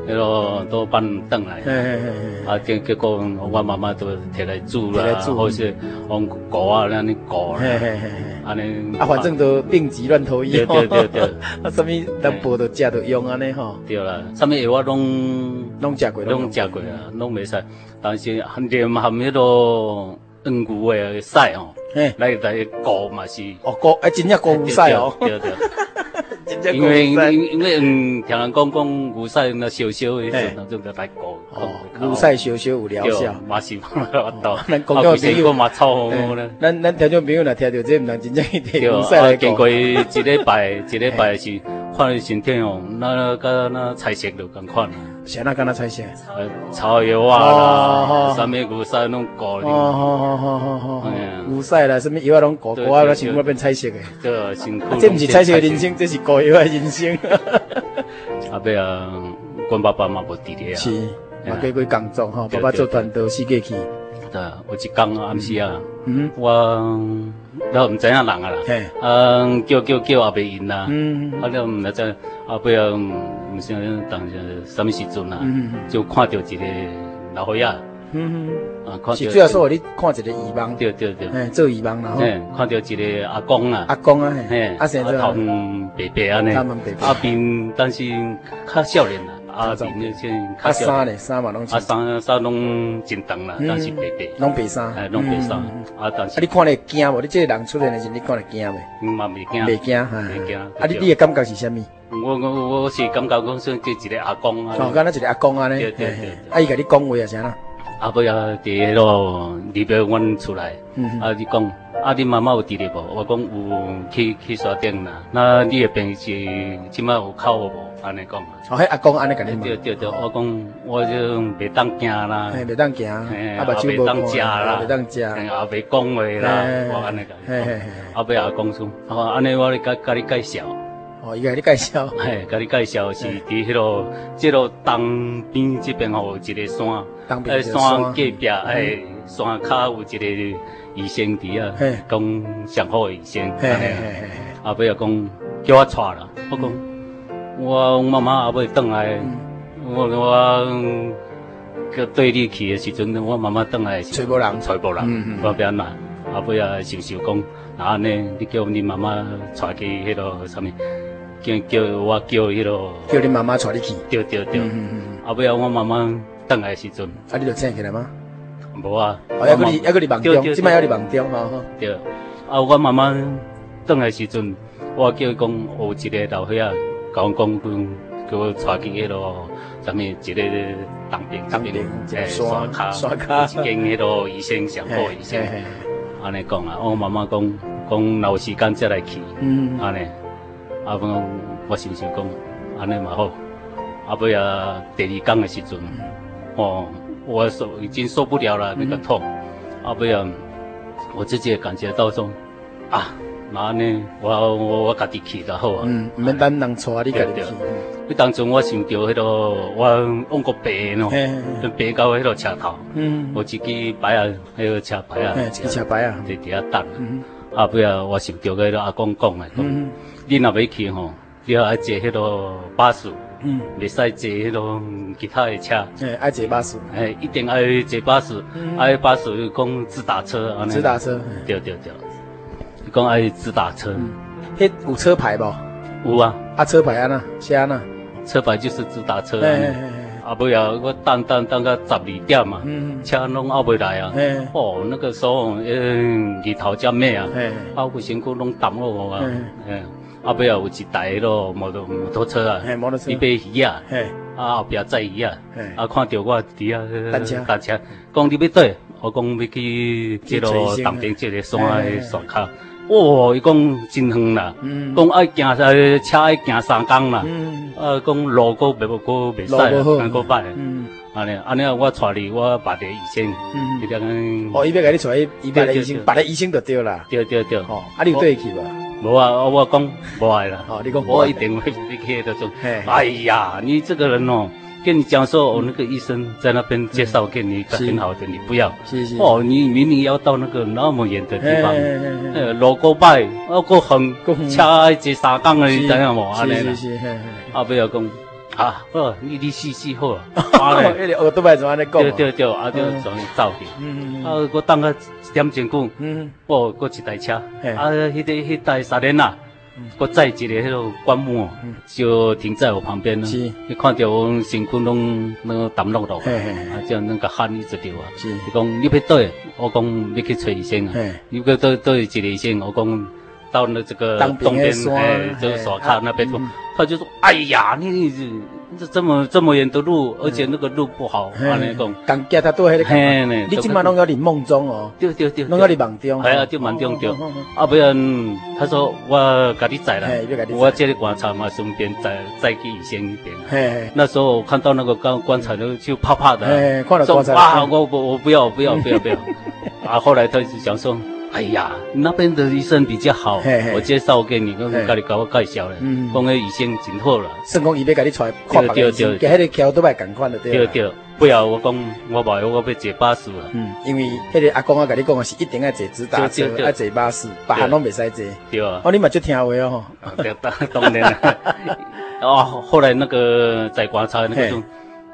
Speaker 4: 那个都搬凳来。
Speaker 1: 嘿嘿嘿嘿，
Speaker 4: 啊，结结果我妈妈都摕来煮
Speaker 1: 摕
Speaker 4: 啦
Speaker 1: 来，煮
Speaker 4: 或是用果啊，那尼果啦，
Speaker 1: 嘿嘿嘿嘿。
Speaker 4: 安尼
Speaker 1: 啊，反正都病急乱投医，
Speaker 4: 对对对对
Speaker 1: 啊，什么淡薄都食都用安尼吼，
Speaker 4: 对啦，上面药我拢
Speaker 1: 拢食过，
Speaker 4: 拢食过啊，拢袂使。但是连含迄个黄牛的屎哦，
Speaker 1: 嘿，
Speaker 4: 来来顾嘛是。
Speaker 1: 哦，高，哎，真正高牛屎哦，
Speaker 4: 对对，
Speaker 1: 真
Speaker 4: 对
Speaker 1: 正
Speaker 4: 因
Speaker 1: 高
Speaker 4: 为因
Speaker 1: 牛
Speaker 4: 为
Speaker 1: 屎，
Speaker 4: 因为嗯，听人讲讲牛屎那烧烧的
Speaker 1: 嘿
Speaker 4: 时阵，就来顾。
Speaker 1: 哦，牛屎小小有疗
Speaker 4: 对
Speaker 1: 效，，
Speaker 4: 嘛是哦我到，
Speaker 1: 咱讲到朋友
Speaker 4: 我嘛臭
Speaker 1: 嘿
Speaker 4: 咧。
Speaker 1: 咱咱听众朋友若听到这，毋通真正去摕
Speaker 4: 对
Speaker 1: 牛屎
Speaker 4: 啊，
Speaker 1: 来
Speaker 4: 经
Speaker 1: 讲，
Speaker 4: 过一礼 拜，一礼拜是看伊身体哦，那甲那菜色就共款啊。
Speaker 1: 谁那敢若猜先？
Speaker 4: 呃，草药啊
Speaker 1: 哦
Speaker 4: 啦
Speaker 1: 哦，
Speaker 4: 啥物牛屎拢搞
Speaker 1: 哦
Speaker 4: 哩，
Speaker 1: 哦哦哦
Speaker 4: 哎呀
Speaker 1: 哦，牛屎啦，什么药啊拢高
Speaker 4: 对
Speaker 1: 高啊，
Speaker 4: 对哦
Speaker 1: 我想
Speaker 4: 对
Speaker 1: 我变彩色的，
Speaker 4: 这辛苦
Speaker 1: 啊
Speaker 4: 拢。
Speaker 1: 这毋是彩色的人生，这是高药的人 生，
Speaker 4: 后尾啊，阮爸爸嘛无伫咧啊。
Speaker 1: 是，
Speaker 4: 哎
Speaker 1: 嘛
Speaker 4: 呀
Speaker 1: 过过工作吼，爸
Speaker 4: 对
Speaker 1: 爸
Speaker 4: 对
Speaker 1: 做
Speaker 4: 对
Speaker 1: 团队四界去，
Speaker 4: 对啊，有一工啊，暗时啊，
Speaker 1: 嗯，
Speaker 4: 我都毋知影人啊啦。
Speaker 1: 嘿，
Speaker 4: 啊，叫叫叫也袂应啦。
Speaker 1: 嗯。
Speaker 4: 啊，了毋知在后尾啊，毋是当时啥物时阵啊
Speaker 1: 嗯嗯，
Speaker 4: 就看到一个老伙仔啊，
Speaker 1: 嗯嗯
Speaker 4: 看到
Speaker 1: 是主要说，你看一个遗忘，
Speaker 4: 对对对，
Speaker 1: 哎，做遗忘然后
Speaker 4: 嘿，看到一个阿公啊
Speaker 1: 阿。公啊，嘿
Speaker 4: 嘿，
Speaker 1: 阿先
Speaker 4: 头
Speaker 1: 生，
Speaker 4: 毛白白安尼，啊
Speaker 1: 头毛白白
Speaker 4: 啊边但是较少年啦，啊啊，里面就
Speaker 1: 啊衫咧，衫嘛拢
Speaker 4: 啊
Speaker 1: 穿，
Speaker 4: 衫衫拢真长啦，但是白白，
Speaker 1: 拢白衫。
Speaker 4: 哎，拢白衫
Speaker 1: 嗯嗯嗯，
Speaker 4: 啊，但
Speaker 1: 啊，你
Speaker 4: 是
Speaker 1: 看咧惊无？你这个人出现的时候，你看咧惊未？
Speaker 4: 嘛未惊，
Speaker 1: 袂惊，哈
Speaker 4: 未惊。
Speaker 1: 啊，你你的感觉是啥物？
Speaker 4: 我我我是感觉讲算叫一个阿公
Speaker 1: 哦，
Speaker 4: 啊，
Speaker 1: 敢若一个阿公安尼，
Speaker 4: 对对
Speaker 1: 嘿嘿
Speaker 4: 对对
Speaker 1: 啊，伊甲你讲话啊，啥啦？
Speaker 4: 阿尾啊，伫迄落入到阮厝内。
Speaker 1: 嗯，
Speaker 4: 啊，你讲，啊，你妈妈有伫咧无？我讲有去去山顶啦。那你的病是即摆有靠无？安尼讲。啊
Speaker 1: 哦，迄阿公安尼甲你
Speaker 4: 对
Speaker 1: 嘛，
Speaker 4: 对哦对，我讲我就袂当惊啦，
Speaker 1: 嘿，袂当行，
Speaker 4: 嘿
Speaker 1: 啊，
Speaker 4: 也
Speaker 1: 目睭无
Speaker 4: 袂当食
Speaker 1: 看
Speaker 4: 啦，
Speaker 1: 啊袂当食，
Speaker 4: 嘿也袂讲话啦
Speaker 1: 嘿，
Speaker 4: 我安尼
Speaker 1: 嘿嘿
Speaker 4: 讲。
Speaker 1: 嘿，
Speaker 4: 后尾也讲出，啊，安尼我咧甲甲你介绍，
Speaker 1: 哦，伊甲你介绍，
Speaker 4: 嘿，甲你介绍是伫迄落，即落东边即边吼有一个山，
Speaker 1: 当兵
Speaker 4: 诶，
Speaker 1: 的
Speaker 4: 山
Speaker 1: 山嗯
Speaker 4: 隔壁诶，山骹有一个医生伫啊
Speaker 1: 嘿，
Speaker 4: 讲上好的医生，
Speaker 1: 嘿
Speaker 4: 安
Speaker 1: 嘿
Speaker 4: 尼。啊
Speaker 1: 嘿嘿，
Speaker 4: 后尾又讲叫我带啦，我讲、我妈妈后尾转来，我我个对你去的时阵，我妈妈转来的时
Speaker 1: 找
Speaker 4: 候，
Speaker 1: 无人，
Speaker 4: 找无人，
Speaker 1: 嗯嗯
Speaker 4: 我变啦。后尾啊想想讲，那安尼你叫你妈妈带去迄落啥物，叫叫我叫迄、落，
Speaker 1: 叫你妈妈带你去，
Speaker 4: 对对对。
Speaker 1: 嗯嗯嗯，
Speaker 4: 后尾啊我妈妈转来的时阵，
Speaker 1: 啊，你就醒起来吗？
Speaker 4: 无啊，
Speaker 1: 哦，抑个你抑个你梦
Speaker 4: 对
Speaker 1: 中，
Speaker 4: 对
Speaker 1: 即摆抑你
Speaker 4: 对
Speaker 1: 梦中，哦吼，吼
Speaker 4: 对，啊，我妈妈转来时阵，我叫伊讲有一个老伙仔，甲我讲讲叫我带去迄落，啥物一个当兵
Speaker 1: 当兵一个
Speaker 4: 诶
Speaker 1: 山
Speaker 4: 骹
Speaker 1: 山脚
Speaker 4: 有一间迄落医生上好的医生
Speaker 1: 嘿，嘿嘿
Speaker 4: 安尼讲啊，我妈妈讲讲若有时间再来去，
Speaker 1: 嗯，
Speaker 4: 安尼，啊，我讲我想想讲，安尼嘛好，啊，尾啊第二天的时阵，
Speaker 1: 嗯
Speaker 4: 哦，我受已经受不了了那个痛，啊，尾啊，我自己也感觉到说，啊，那安尼我我我家己去就好啊，
Speaker 1: 嗯，毋免等人带你家己
Speaker 4: 对
Speaker 1: 去，
Speaker 4: 迄当中我想到迄、个我往过爬的喏，
Speaker 1: 嗯嘿嘿嘿，
Speaker 4: 就爬到迄个车头，
Speaker 1: 嗯，
Speaker 4: 有一支牌啊，迄个车牌啊，
Speaker 1: 嘿，一个车牌啊，
Speaker 4: 在伫遐等，
Speaker 1: 嗯
Speaker 4: 啊，尾啊我想到迄个阿公讲的讲。
Speaker 1: 嗯
Speaker 4: 你若要去吼，你要爱坐迄个巴士，
Speaker 1: 嗯，
Speaker 4: 袂使坐迄种其他的车，
Speaker 1: 嘿，爱坐巴士，
Speaker 4: 哎，一定爱坐巴士，爱、巴士讲自打车安尼。
Speaker 1: 嗯直达车，
Speaker 4: 对对对，讲爱自打车，
Speaker 1: 嗯嘿迄有车牌无？
Speaker 4: 有啊，
Speaker 1: 啊，车牌安那，写安那，
Speaker 4: 车牌就是自打车
Speaker 1: 嘿
Speaker 4: 安
Speaker 1: 嘿
Speaker 4: 尼。
Speaker 1: 嘿嘿。
Speaker 4: 啊，尾啊，我等等等到十二点嘛，
Speaker 1: 嗯
Speaker 4: 车拢后袂来啊。
Speaker 1: 嘿
Speaker 4: 哦，那个时候，嗯，日头遮咩啊，
Speaker 1: 嘿
Speaker 4: 啊，我身躯拢淡落啊
Speaker 1: 嗯。
Speaker 4: 嗯，后尾啊有一台迄落摩托摩托车啊
Speaker 1: 嘿，，摩托车
Speaker 4: 你，买鱼啊。
Speaker 1: 嘿，
Speaker 4: 啊后壁载伊啊
Speaker 1: 嘿，
Speaker 4: 啊看到我伫遐
Speaker 1: 单车
Speaker 4: 单车，讲你要倒，我讲要去即
Speaker 1: 去找医
Speaker 4: 落
Speaker 1: 生
Speaker 4: 东边即个山
Speaker 1: 嘿嘿嘿
Speaker 4: 的山骹。哦，伊讲真远啦，
Speaker 1: 嗯，
Speaker 4: 讲爱行呃车爱行三工啦，
Speaker 1: 嗯，
Speaker 4: 啊讲路阁袂阁袂使啦，
Speaker 1: 路不好
Speaker 4: 还阁歹，
Speaker 1: 嗯
Speaker 4: 安尼安尼啊我带你我别个医生，
Speaker 1: 嗯
Speaker 4: 你，讲
Speaker 1: 哦，伊要甲你找伊，伊别个医生，别个医生就对啦。
Speaker 4: 对对对，
Speaker 1: 哦，啊，你有对去无？
Speaker 4: 无啊，我讲无爱啦，
Speaker 1: 哦，你讲
Speaker 4: 我一定会离开的种
Speaker 1: 嘿。
Speaker 4: 哎呀，你这个人哦，跟你讲说，我那个医生在那边介绍给你一个
Speaker 1: 是
Speaker 4: 很好的，你不要。
Speaker 1: 是是。
Speaker 4: 哦，你明明要到那个那么远的
Speaker 1: 嘿，
Speaker 4: 地方，
Speaker 1: 嘿，嘿，
Speaker 4: 呃，路过拜，啊，过很
Speaker 1: 过远
Speaker 4: 车坐三工的，你知影无？安尼
Speaker 1: 是
Speaker 4: 啦
Speaker 1: 是，是，嘿嘿。
Speaker 4: 后尾又讲，啊，好，你你试试 好啊，啊嘞，
Speaker 1: 迄个学都摆怎安尼讲？
Speaker 4: 对对对，啊，就
Speaker 1: 嗯
Speaker 4: 从走去，
Speaker 1: 嗯
Speaker 4: 啊，我等个一点钟久。
Speaker 1: 嗯
Speaker 4: 哦，搁一台车，啊，
Speaker 1: 嘿
Speaker 4: 迄个迄台三轮啊，搁载一个迄个灌木哦
Speaker 1: 嗯，
Speaker 4: 就停在我旁边了。
Speaker 1: 是
Speaker 4: 你看到我身躯拢那个淡落落，
Speaker 1: 嘿嘿嘿
Speaker 4: 啊，这样那个汗一直流啊。
Speaker 1: 是
Speaker 4: 伊讲你要倒，我讲要去找医生啊
Speaker 1: 嘿。
Speaker 4: 你要倒倒一个医生，我讲到了这个
Speaker 1: 当兵
Speaker 4: 东
Speaker 1: 的
Speaker 4: 边，
Speaker 1: 山
Speaker 4: 哎，就是
Speaker 1: 嘿
Speaker 4: 所
Speaker 1: 啊
Speaker 4: 看那边说
Speaker 1: 嗯，
Speaker 4: 他就说，哎呀，你你这这么这么远的路，而且那个路不好，
Speaker 1: 嗯嘿，
Speaker 4: 安尼讲，
Speaker 1: 刚加他对迄个
Speaker 4: 嘿
Speaker 1: 讲，
Speaker 4: 呢，
Speaker 1: 你即马拢要伫梦中哦，
Speaker 4: 对对对，
Speaker 1: 拢要伫梦中。
Speaker 4: 哎呀，就蛮中着
Speaker 1: 哦哦哦。
Speaker 4: 啊，不然他说我给你载
Speaker 1: 嘿要给
Speaker 4: 了
Speaker 1: 你，载
Speaker 4: 我这里观察嘛，顺便载载去以前一边。
Speaker 1: 嘿，
Speaker 4: 那时候我看到那个棺棺材都就怕怕的
Speaker 1: 嘿，看到
Speaker 4: 说
Speaker 1: 棺材
Speaker 4: 哇，
Speaker 1: 嗯
Speaker 4: 我我我不要不要不要 不要。啊，后来他就想说，哎呀，那边的医生比较好
Speaker 1: 嘿嘿，
Speaker 4: 我介绍给你，我
Speaker 1: 嘿
Speaker 4: 给你给我介绍了，
Speaker 1: 嗯
Speaker 4: 讲那医生真好了。
Speaker 1: 算讲伊要甲你带看别个医生，甲迄个桥都摆共款就对啊
Speaker 4: 对
Speaker 1: 啦。
Speaker 4: 对，不要我讲我不要我要坐巴士了，
Speaker 1: 嗯，因为迄个阿公啊，甲你讲的是一定要坐直达
Speaker 4: 对
Speaker 1: 车
Speaker 4: 对，对
Speaker 1: 要坐巴士，别项拢袂使坐。
Speaker 4: 对啊。
Speaker 1: 哦，你嘛就听话哦，
Speaker 4: 啊对，当当然了。哦，后来那个在观察那个就，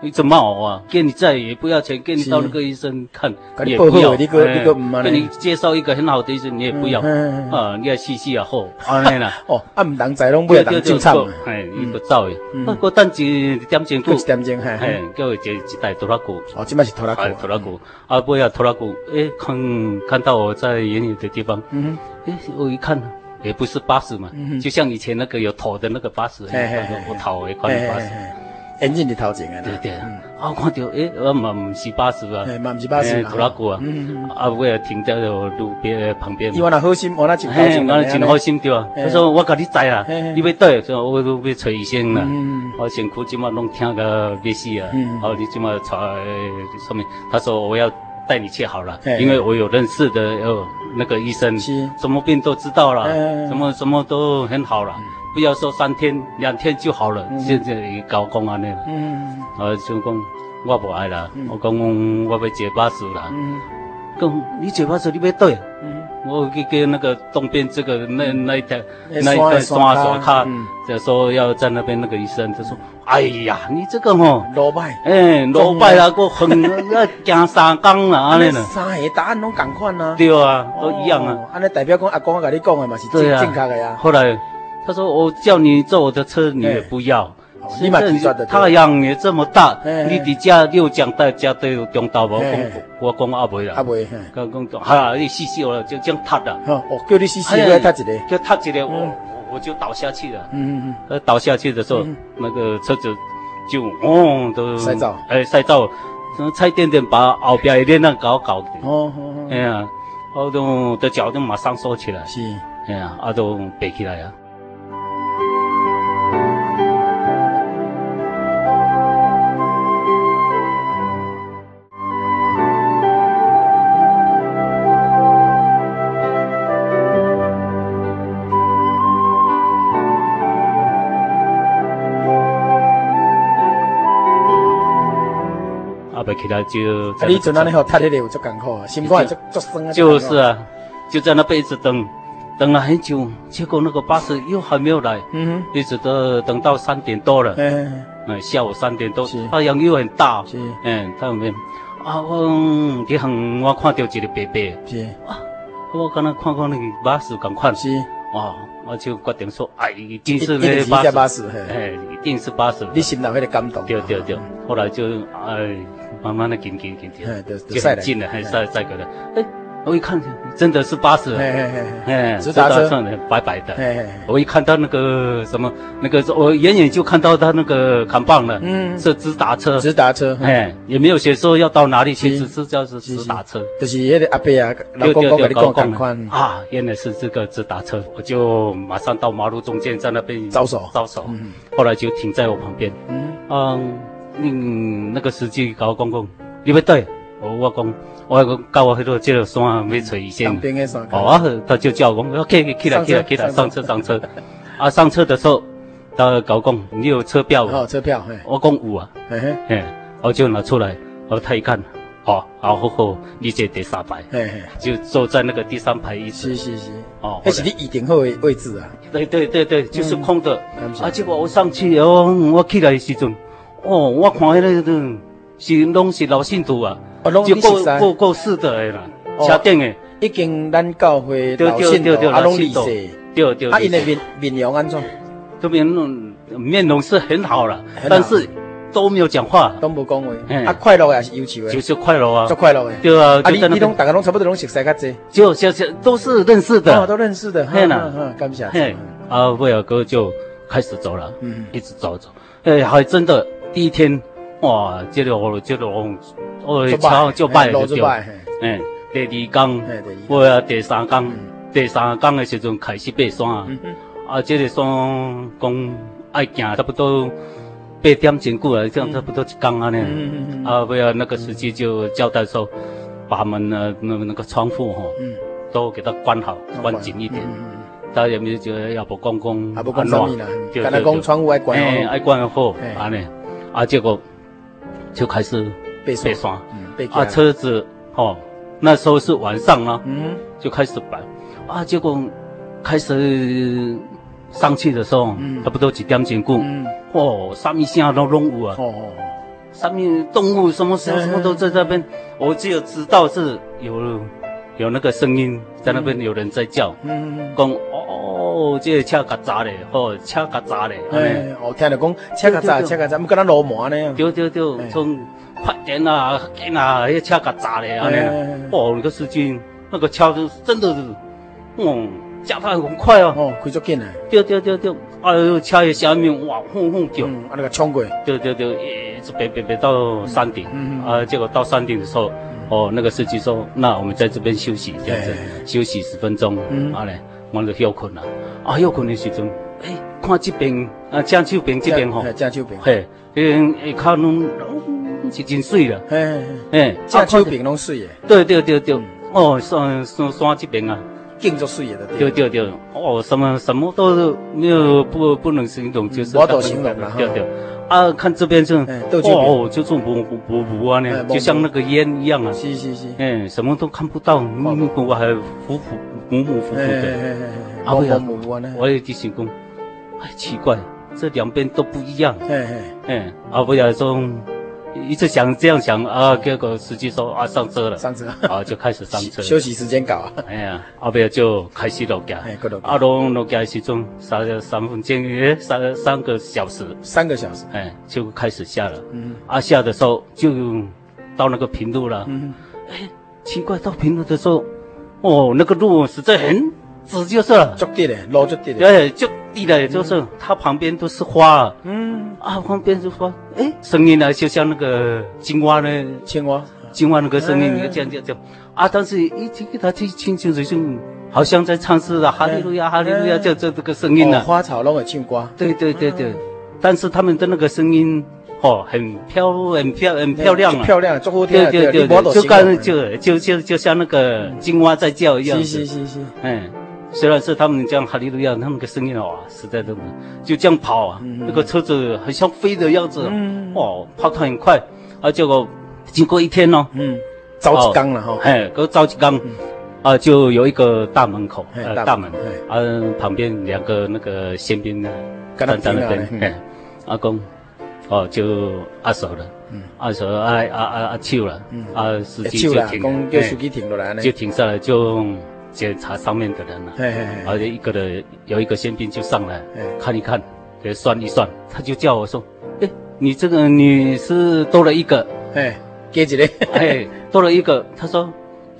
Speaker 4: 一直骂我啊，给你债也不要钱，给你到那个医生看
Speaker 1: 给你
Speaker 4: 也
Speaker 1: 报
Speaker 4: 不
Speaker 1: 告
Speaker 4: 要，哎
Speaker 1: 你个你个唔啊
Speaker 4: 给
Speaker 1: 呢
Speaker 4: 你介绍一个很好的医生你也不要
Speaker 1: 嗯嗯嗯
Speaker 4: 啊，你要细细啊好，安尼 啦，
Speaker 1: 哦，啊，毋人知拢买人进厂，
Speaker 4: 哎，伊
Speaker 1: 嗯
Speaker 4: 就走诶
Speaker 1: 嗯，
Speaker 4: 啊，过等一点钟
Speaker 1: 过
Speaker 4: 久
Speaker 1: 一，点钟
Speaker 4: 哎
Speaker 1: 嘿，，
Speaker 4: 叫伊一一袋拖拉骨。
Speaker 1: 哦，即摆是拖拉
Speaker 4: 啊，
Speaker 1: 机，
Speaker 4: 拖拉骨，啊，不要拖拉骨，哎，看看到我在远远的地方，
Speaker 1: 嗯
Speaker 4: 哎，我一看，也不是巴士嘛，
Speaker 1: 嗯
Speaker 4: 就像以前那个有头的那个巴士，
Speaker 1: 嘿嘿
Speaker 4: 那个
Speaker 1: 嘿
Speaker 4: 我头的
Speaker 1: 哼，
Speaker 4: 款
Speaker 1: 嘿
Speaker 4: 的巴
Speaker 1: 嘿
Speaker 4: 士，
Speaker 1: 嘿，眼镜伫头前啊，
Speaker 4: 对对，
Speaker 1: 嗯
Speaker 4: 啊，我看到诶，我嘛唔是巴士啊
Speaker 1: 嘿，嘛毋是巴士
Speaker 4: 哎
Speaker 1: 嘛
Speaker 4: 拖拉骨啊
Speaker 1: 嗯嗯嗯，
Speaker 4: 啊，我也停在路边旁边
Speaker 1: 伊。原来好心，我那真
Speaker 4: 嘿，我真好，心对啊！
Speaker 1: 嘿
Speaker 4: 他说我甲你载啦
Speaker 1: 嘿嘿，
Speaker 4: 你要倒，说我我要找医生啦
Speaker 1: 嗯嗯嗯。
Speaker 4: 我身躯即马拢听个要死啊！
Speaker 1: 嗯嗯
Speaker 4: 然后你即马查上面，他说我要带你去好了
Speaker 1: 嘿，
Speaker 4: 因为我有认识的呃那个医生，
Speaker 1: 哎是
Speaker 4: 什么病都知道了
Speaker 1: 嗯嗯嗯，
Speaker 4: 什么什么都很好了，不要说三天两天就好了
Speaker 1: 嗯，
Speaker 4: 现在搞公安的。
Speaker 1: 嗯
Speaker 4: 啊，就讲我无爱啦，
Speaker 1: 嗯
Speaker 4: 我讲我要坐巴士啦。
Speaker 1: 嗯
Speaker 4: 讲你坐巴士你要倒？
Speaker 1: 嗯，
Speaker 4: 我去跟那个东边这个那那一条
Speaker 1: 嗯那
Speaker 4: 那
Speaker 1: 山的
Speaker 4: 一段山
Speaker 1: 山卡
Speaker 4: 所看
Speaker 1: 嗯，
Speaker 4: 就说要在那边那个医生就说，哎呀，你这个吼，
Speaker 1: 落歹，
Speaker 4: 哎，落拜啦，我很要行三工啦，安尼 啦，
Speaker 1: 三个答案拢共款啊，
Speaker 4: 对啊，都一样啊。
Speaker 1: 哦。安尼代表讲阿公甲你讲的嘛是正
Speaker 4: 对啊
Speaker 1: 正确的呀，
Speaker 4: 后来他说我叫你坐我的车，你也不要。
Speaker 1: 哦你嘛拒绝的哎
Speaker 4: 太阳也这么大
Speaker 1: 嘿，
Speaker 4: 你伫家六讲到家都有中道无？我
Speaker 1: 嘿
Speaker 4: 讲
Speaker 1: 嘿
Speaker 4: 我讲阿袂啦
Speaker 1: 啊，袂，嘿
Speaker 4: 讲讲哈，你死死我了，就这样塌了。
Speaker 1: 好，哦，叫你死死过来踢一个，
Speaker 4: 就塌一个，我
Speaker 1: 嗯
Speaker 4: 我我就倒下去了。
Speaker 1: 嗯嗯
Speaker 4: 呃，倒下去的时候
Speaker 1: 嗯，
Speaker 4: 那个车子就哦都
Speaker 1: 塞走
Speaker 4: 哎塞到，然后差一点点把后边一点那搞搞。
Speaker 1: 嗯，哦哦
Speaker 4: 哎
Speaker 1: 哦，
Speaker 4: 呀，我都的脚就马上缩起来，
Speaker 1: 是，
Speaker 4: 哎呀，啊都背起来啊。啊，背起来就
Speaker 1: 啊，你阵安尼吼踢迄个有足艰苦啊，心肝也足足酸啊，
Speaker 4: 就是啊，就在那边一直等，等了很久，结果那个巴士又还没有来，
Speaker 1: 嗯
Speaker 4: 一直到等到三点多了
Speaker 1: 哼，，哎，
Speaker 4: 嗯，下午三点多
Speaker 1: 是，
Speaker 4: 太阳又很大
Speaker 1: 是，
Speaker 4: 嗯，太阳面，啊，我伫远我看到一个伯伯，
Speaker 1: 是
Speaker 4: 我刚刚看看那个巴士赶快，
Speaker 1: 是，
Speaker 4: 哇，我就决定说，哎，一定
Speaker 1: 一
Speaker 4: 是
Speaker 1: 一
Speaker 4: 那
Speaker 1: 定
Speaker 4: 个
Speaker 1: 是在
Speaker 4: 巴
Speaker 1: 巴
Speaker 4: 士，
Speaker 1: 士，嘿，
Speaker 4: 哎，一定是巴士，
Speaker 1: 你心内迄个感动，
Speaker 4: 对对对，后来就哎，慢慢的紧紧紧紧
Speaker 1: 哎，就就
Speaker 4: 就
Speaker 1: 塞
Speaker 4: 很
Speaker 1: 了
Speaker 4: 近了，还
Speaker 1: 哎
Speaker 4: 再再过来，哎，我一看真的是巴士啊
Speaker 1: 嘿，
Speaker 4: 了。
Speaker 1: 嘿嘿嘿，
Speaker 4: 哎，
Speaker 1: 直
Speaker 4: 直
Speaker 1: 达
Speaker 4: 达
Speaker 1: 车
Speaker 4: 上的白白
Speaker 1: 嘿
Speaker 4: 的。
Speaker 1: 嘿嘿，
Speaker 4: 我一看到那个什么，那个我远远就看到他那个扛棒了，
Speaker 1: 嗯
Speaker 4: 是直达车，
Speaker 1: 直达车，嘿
Speaker 4: 哎，也没有写说要到哪里去，
Speaker 1: 是
Speaker 4: 只是叫是直达车。
Speaker 1: 就是迄个阿伯啊，老公公甲你
Speaker 4: 高
Speaker 1: 讲
Speaker 4: 杠
Speaker 1: 同款，
Speaker 4: 啊，原来是这个直达车，我就马上到马路中间，在那边
Speaker 1: 招手
Speaker 4: 招手
Speaker 1: 嗯，
Speaker 4: 后来就停在我旁边，
Speaker 1: 嗯，
Speaker 4: 嗯，嗯，那个司机跟我讲讲，你要对，我我讲，我讲到我迄个这个山要找医生
Speaker 1: 当。兵的山脚，
Speaker 4: 哦，啊，他就叫我们要起起来，
Speaker 1: 上车
Speaker 4: 起来，起来，
Speaker 1: 上
Speaker 4: 上
Speaker 1: 车
Speaker 4: 车，上车。啊，上车的时候，他搞讲你有哦车票
Speaker 1: 好
Speaker 4: 吗？
Speaker 1: 车票，嘿，
Speaker 4: 我讲有啊，
Speaker 1: 嘿嘿
Speaker 4: 嘿，我就拿出来，我他一看，哦，好好好，你这第三排，
Speaker 1: 嘿嘿，
Speaker 4: 就坐在那个第三排椅
Speaker 1: 是
Speaker 4: 子。
Speaker 1: 是是，
Speaker 4: 哦，
Speaker 1: 迄是你预定好的位置啊，
Speaker 4: 对对对对，就是空的
Speaker 1: 嗯感。谢
Speaker 4: 啊，结果我上去，哦，我起来的时阵，哦，我看那个是拢是老信徒啊
Speaker 1: 哦拢，
Speaker 4: 就
Speaker 1: 你
Speaker 4: 过
Speaker 1: 熟识
Speaker 4: 过过世的啦
Speaker 1: 哦，
Speaker 4: 车顶的，
Speaker 1: 已经咱教会
Speaker 4: 对
Speaker 1: 老
Speaker 4: 对
Speaker 1: 信
Speaker 4: 对
Speaker 1: 徒
Speaker 4: 对，
Speaker 1: 啊，拢离
Speaker 4: 徒
Speaker 1: 世。
Speaker 4: 对对，
Speaker 1: 啊，因
Speaker 4: 离
Speaker 1: 的
Speaker 4: 世
Speaker 1: 面面容安怎？
Speaker 4: 这边嗯面容是很好了
Speaker 1: 很好，
Speaker 4: 但是都没有讲话，
Speaker 1: 拢无讲话
Speaker 4: 嘿，
Speaker 1: 啊，快乐的还是忧愁
Speaker 4: 就
Speaker 1: 的，
Speaker 4: 是快乐啊
Speaker 1: 足，快乐的。
Speaker 4: 对啊，
Speaker 1: 啊，
Speaker 4: 就
Speaker 1: 你
Speaker 4: 在那
Speaker 1: 你拢
Speaker 4: 边
Speaker 1: 大家拢差不多拢熟悉较济，
Speaker 4: 就就就都是认识
Speaker 1: 哦，都
Speaker 4: 的，
Speaker 1: 认识的，
Speaker 4: 啊嘿啦
Speaker 1: 嗯嗯嗯感谢。
Speaker 4: 嘿
Speaker 1: 嗯，
Speaker 4: 啊，威尔哥就开始走了，
Speaker 1: 嗯
Speaker 4: 一直走走，哎，还真的第一天，哇，接着我接着我，我
Speaker 1: 做
Speaker 4: 超就拜
Speaker 1: 路
Speaker 4: 就
Speaker 1: 做
Speaker 4: 对，
Speaker 1: 拜，嘿
Speaker 4: 哎，第二
Speaker 1: 嘿
Speaker 4: 天
Speaker 1: 第二天，
Speaker 4: 我啊第三天
Speaker 1: 嗯，
Speaker 4: 第三天的时阵开始爬山啊，
Speaker 1: 嗯嗯
Speaker 4: 啊，这个山讲爱行差不多八点真久了，这样差不多一天安尼。
Speaker 1: 嗯嗯嗯
Speaker 4: 啊，不要那个司机就交代说，把门呢那那个窗户哈、
Speaker 1: 嗯，
Speaker 4: 都给它关好，关紧一点。
Speaker 1: 嗯嗯嗯
Speaker 4: 他也没觉得要不公公
Speaker 1: 啊，不讲啥物啦，
Speaker 4: 对
Speaker 1: 敢若
Speaker 4: 对
Speaker 1: 讲
Speaker 4: 对，
Speaker 1: 窗户爱关哦
Speaker 4: 哎，
Speaker 1: 好，
Speaker 4: 爱关好
Speaker 1: 嘿
Speaker 4: 安尼，啊，结果就开始
Speaker 1: 被
Speaker 4: 爬
Speaker 1: 锁，
Speaker 4: 山，
Speaker 1: 嗯，被
Speaker 4: 啊，，车子哦，那时候是晚上啊啦、
Speaker 1: 嗯
Speaker 4: 就开始摆，啊，结果开始上去的时候，
Speaker 1: 嗯
Speaker 4: 差不多几点钟过，
Speaker 1: 嗯，
Speaker 4: 哦，上一下都拢有啊，
Speaker 1: 哦哦，
Speaker 4: 上面动物什么什么什么都在那边，
Speaker 1: 嗯
Speaker 4: 我只有知道是有有那个声音在那边有人在叫，
Speaker 1: 嗯，
Speaker 4: 讲哦，这个车嘎砸嘞，哦，车嘎砸嘞，安尼。
Speaker 1: 哎，我听着讲，车较早，车较早，唔敢咱罗马呢。
Speaker 4: 对对
Speaker 1: 嗯
Speaker 4: 对，从快点啊，紧啊，那车给砸了啊！
Speaker 1: 哎
Speaker 4: 那哦，那个司机那个车是真的是，嗯，加快很快哦。
Speaker 1: 哦，开足紧啊，
Speaker 4: 对对对对，哎呦，车的下面哇轰轰叫，
Speaker 1: 嗯，啊那个冲过，
Speaker 4: 对对对，一直别别别到山顶
Speaker 1: 嗯嗯，
Speaker 4: 啊，结果到山顶的时候，哦，那个司机说，那我们在这边休息这样子
Speaker 1: 哎，
Speaker 4: 休息十分钟
Speaker 1: 嗯，
Speaker 4: 啊嘞，我们就休困了。啊，休困的时阵，哎，看这边啊，江手边这边吼。
Speaker 1: 哎，正手边，
Speaker 4: 嘿，因下骹拢拢是真水啦，
Speaker 1: 哎，
Speaker 4: 嘿，
Speaker 1: 正手嗯
Speaker 4: 啊，
Speaker 1: 边拢水诶，
Speaker 4: 看对对对对，哦，山山山这边啊，
Speaker 1: 景足水诶，就对。
Speaker 4: 对对对，哦，什么什么都是没有不不能形容，就是
Speaker 1: 嗯无法形容啦
Speaker 4: 对
Speaker 1: 哈
Speaker 4: 对，啊，看这边是，
Speaker 1: 哎到这边
Speaker 4: 哦，就是模糊模糊啊
Speaker 1: 哎
Speaker 4: 呢，
Speaker 1: 模糊
Speaker 4: 就像那个烟一样啊，
Speaker 1: 是是是，哎
Speaker 4: 哎，什么都看不到，嗯我还浮浮模模糊糊
Speaker 1: 哎
Speaker 4: 的。
Speaker 1: 哎哎，我
Speaker 4: 啊，不
Speaker 1: 我
Speaker 4: 要
Speaker 1: 无我呢，
Speaker 4: 我也提醒讲，哎，奇怪，这两边都不一样。
Speaker 1: 哎哎，
Speaker 4: 嗯，啊，不要说一直想这样想啊，结果司机说啊上车了，
Speaker 1: 上车，
Speaker 4: 啊就开始 上 车，
Speaker 1: 休息时间到啊，
Speaker 4: 哎呀，后边就开始落架
Speaker 1: 哎，搁落架
Speaker 4: 啊落落架的时钟三三分钟，哎三三个小时，
Speaker 1: 三个小时，
Speaker 4: 哎就开始下了，
Speaker 1: 嗯
Speaker 4: 啊下的时候就到那个平路了，
Speaker 1: 嗯，
Speaker 4: 奇怪到平路的时候，哦那个路实在很直就是了，
Speaker 1: 足地嘞，路足地嘞，
Speaker 4: 哎就地了就是、它旁边都是花。
Speaker 1: 嗯，
Speaker 4: 啊，旁边就说，哎，声音呢，就像那个青蛙呢，
Speaker 1: 青蛙，
Speaker 4: 青蛙那个声音，
Speaker 1: 嗯
Speaker 4: 你看这样这样这样，啊，但是一听他听清清楚楚，好像在唱诗啊，哈利路亚，哈利路亚，
Speaker 1: 嗯
Speaker 4: 这这这个声音啊
Speaker 1: 哦
Speaker 4: 呢，
Speaker 1: 花草拢会唱歌，
Speaker 4: 对对对
Speaker 1: 嗯
Speaker 4: 对，但是他们的那个声音，哦，很飘，很飘，很漂亮啊，
Speaker 1: 漂亮，足好听
Speaker 4: 对
Speaker 1: 啊，
Speaker 4: 对对
Speaker 1: 你无
Speaker 4: 对，
Speaker 1: 多
Speaker 4: 就
Speaker 1: 形容
Speaker 4: 刚
Speaker 1: 啊
Speaker 4: 就就就就像那个青蛙在叫一样
Speaker 1: 嗯是
Speaker 4: 子，
Speaker 1: 是是是，
Speaker 4: 哎，虽然是他们这样哈利路亚，他们的声音哇，实在都就这样跑啊，
Speaker 1: 嗯
Speaker 4: 那个车子很像飞的样子，哦，跑得很快，啊，结果经过一天哦，
Speaker 1: 嗯，早一工了吼，
Speaker 4: 哎，给我着急刚，啊，就有一个大门口，
Speaker 1: 嘿嗯
Speaker 4: 呃，
Speaker 1: 哎大
Speaker 4: 大
Speaker 1: 门
Speaker 4: 门，啊，旁边两个那个宪兵呢，
Speaker 1: 跟他
Speaker 4: 站在那
Speaker 1: 拼了
Speaker 4: 边
Speaker 1: 嗯，
Speaker 4: 哎，阿公，哦，就阿手了，阿手阿阿阿阿手了，啊，司
Speaker 1: 会
Speaker 4: 机就
Speaker 1: 嗯手啦，
Speaker 4: 停
Speaker 1: 讲
Speaker 4: 了，
Speaker 1: 叫
Speaker 4: 哎
Speaker 1: 手机停落来呢，
Speaker 4: 就停下来就检查上面的人了。
Speaker 1: 嘿嘿嘿，
Speaker 4: 而且一个人有一个宪兵就上来
Speaker 1: 嗯
Speaker 4: 看一看，给算一算，他就叫我说：“哎，你这个你是多了一 个，
Speaker 1: 嘿，加一个，
Speaker 4: 哎，多了一个。”他说：“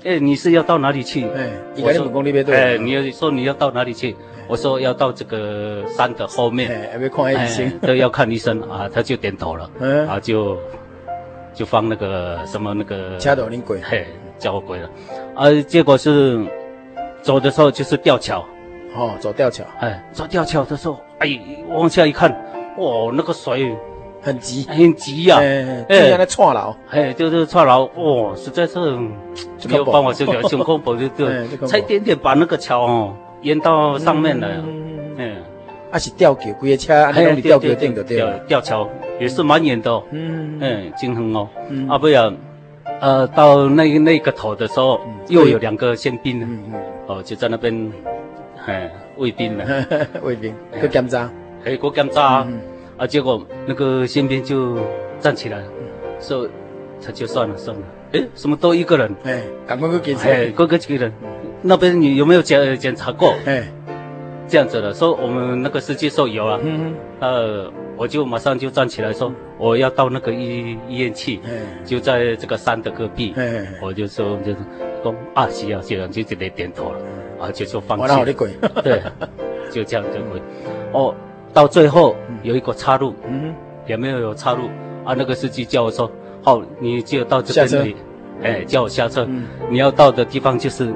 Speaker 4: 哎，你是要到哪里去？”
Speaker 1: 哎，伊
Speaker 4: 我
Speaker 1: 甲你
Speaker 4: 说
Speaker 1: 问讲你要：“对，
Speaker 4: 哎，你要说你要到哪里去？”我说：“要到这个山的后面，
Speaker 1: 哎，要看那医生，
Speaker 4: 都要看医生啊。”他就点头了，
Speaker 1: 嗯
Speaker 4: 啊，就就放那个什么那个
Speaker 1: 车头恁过，
Speaker 4: 嘿，叫我鬼了，啊，结果是走的时候就是吊桥。
Speaker 1: 吼，走吊桥，
Speaker 4: 哎，抓吊桥的时候，哎，往下一看，哇，那个水
Speaker 1: 很急，
Speaker 4: 很急呀、
Speaker 1: 哎，就像那串楼，
Speaker 4: 哎，就是串牢，哇，实在是嗯
Speaker 1: 这
Speaker 4: 没有
Speaker 1: 恐怖
Speaker 4: 办法修掉，很恐怖，就 就
Speaker 1: 哎这恐怖
Speaker 4: 差一点点把那个桥哦淹到上面了，
Speaker 1: 嗯
Speaker 4: 嗯，
Speaker 1: 啊是吊桥，规个车，安尼拢伫吊桥顶就对
Speaker 4: 吊
Speaker 1: 了，
Speaker 4: 吊桥也是蛮远的、哦，
Speaker 1: 嗯，
Speaker 4: 嗯，金衡哦，
Speaker 1: 嗯
Speaker 4: 啊不然，呃，到那那个头的时候，又有两个宪兵，
Speaker 1: 嗯嗯，
Speaker 4: 哦，就在那边，哎，卫兵了。
Speaker 1: 卫兵嗯去检查，
Speaker 4: 哎，给我检查啊
Speaker 1: 嗯！
Speaker 4: 啊，结果那个宪兵就站起来了，
Speaker 1: 嗯
Speaker 4: 说他就算了算了，哎，怎么多一个人？
Speaker 1: 哎，赶快去检
Speaker 4: 哎，
Speaker 1: 查，
Speaker 4: 哥哥几个人？那边你有没有检检查过？
Speaker 1: 哎，
Speaker 4: 这样子的，说我们那个司机说有啊，
Speaker 1: 嗯，
Speaker 4: 呃，我就马上就站起来说我要到那个医医院去，
Speaker 1: 哎，
Speaker 4: 就在这个山的隔壁
Speaker 1: 哎哎哎。
Speaker 4: 我就说就是说啊，是啊是啊，就直接点头了，啊，就就放
Speaker 1: 我
Speaker 4: 弃
Speaker 1: 让
Speaker 4: 了
Speaker 1: 我。你过，
Speaker 4: 对，就这样就会。哦，到最后有一个岔路，
Speaker 1: 嗯，
Speaker 4: 也没有有岔路啊。那个司机叫我说：“好，你就到这
Speaker 1: 下车
Speaker 4: 边里，哎，叫我下车。
Speaker 1: 嗯
Speaker 4: 你要到的地方就是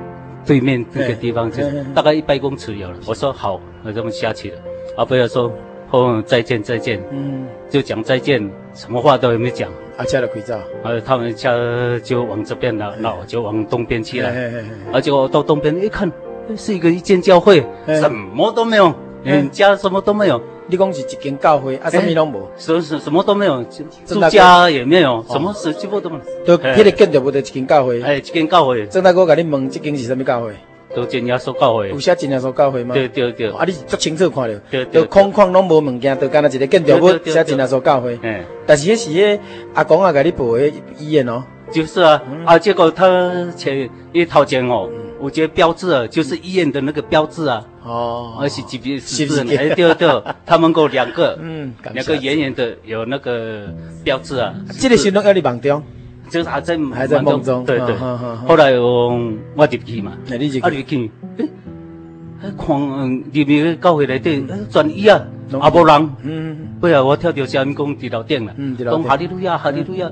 Speaker 4: 对面那个地方，就
Speaker 1: 哎哎
Speaker 4: 是
Speaker 1: 哎哎
Speaker 4: 大概一百公尺有了。”我说：“好，我这么下去了。”啊，不要说哦，再见再见，
Speaker 1: 嗯，
Speaker 4: 就讲再见，什么话都也没讲。
Speaker 1: 啊车就开走，
Speaker 4: 啊，他们车就往这边了，那我就往东边去了。
Speaker 1: 哎哎
Speaker 4: 而且我到东边一看，是一个一间教会，
Speaker 1: 嗯
Speaker 4: 什么都没有，
Speaker 1: 哎
Speaker 4: 人家什么都没有，
Speaker 1: 你讲是一间教会，啊，什么拢无，
Speaker 4: 什什什么都没有，
Speaker 1: 真
Speaker 4: 住
Speaker 1: 的
Speaker 4: 家也没有，什么事几乎都没有。哎
Speaker 1: 都迄个建筑物就一间教会，
Speaker 4: 哎，这间教会，
Speaker 1: 郑大哥甲你问，这间是什么教会？
Speaker 4: 都真耶稣教会
Speaker 1: 有，写真耶稣教会吗？
Speaker 4: 对对对
Speaker 1: 哦，啊，你足清楚看
Speaker 4: 对
Speaker 1: 着，
Speaker 4: 对
Speaker 1: 都空旷拢无物件，都敢若一个建筑物
Speaker 4: 对对对
Speaker 1: 写真耶稣教会。
Speaker 4: 嗯，
Speaker 1: 但是迄是迄阿公啊，甲你报的医院哦，
Speaker 4: 就是啊，啊，结果他前一头前哦，
Speaker 1: 嗯
Speaker 4: 我觉得标志啊，就是医院的那个标志啊，
Speaker 1: 哦
Speaker 4: 而且几笔
Speaker 1: 是
Speaker 4: 十
Speaker 1: 不
Speaker 4: 字
Speaker 1: 是
Speaker 4: 呢，哎，对对， 他们给我两个，
Speaker 1: 嗯感谢嗯
Speaker 4: 两个圆圆的有那个标志啊，
Speaker 1: 这个时拢要你梦中，
Speaker 4: 就是还在
Speaker 1: 还在梦中
Speaker 4: 对对。
Speaker 1: 嗯嗯嗯嗯
Speaker 4: 后来我我入去嘛，
Speaker 1: 哎你入去
Speaker 4: 啊入去，哎，看嗯入去教会内底哎转椅啊，
Speaker 1: 嗯拢
Speaker 4: 啊无人，
Speaker 1: 嗯，
Speaker 4: 后来我跳到下面讲伫楼顶啦，
Speaker 1: 嗯在楼
Speaker 4: 讲
Speaker 1: 顶
Speaker 4: 哈利路亚哈利路亚，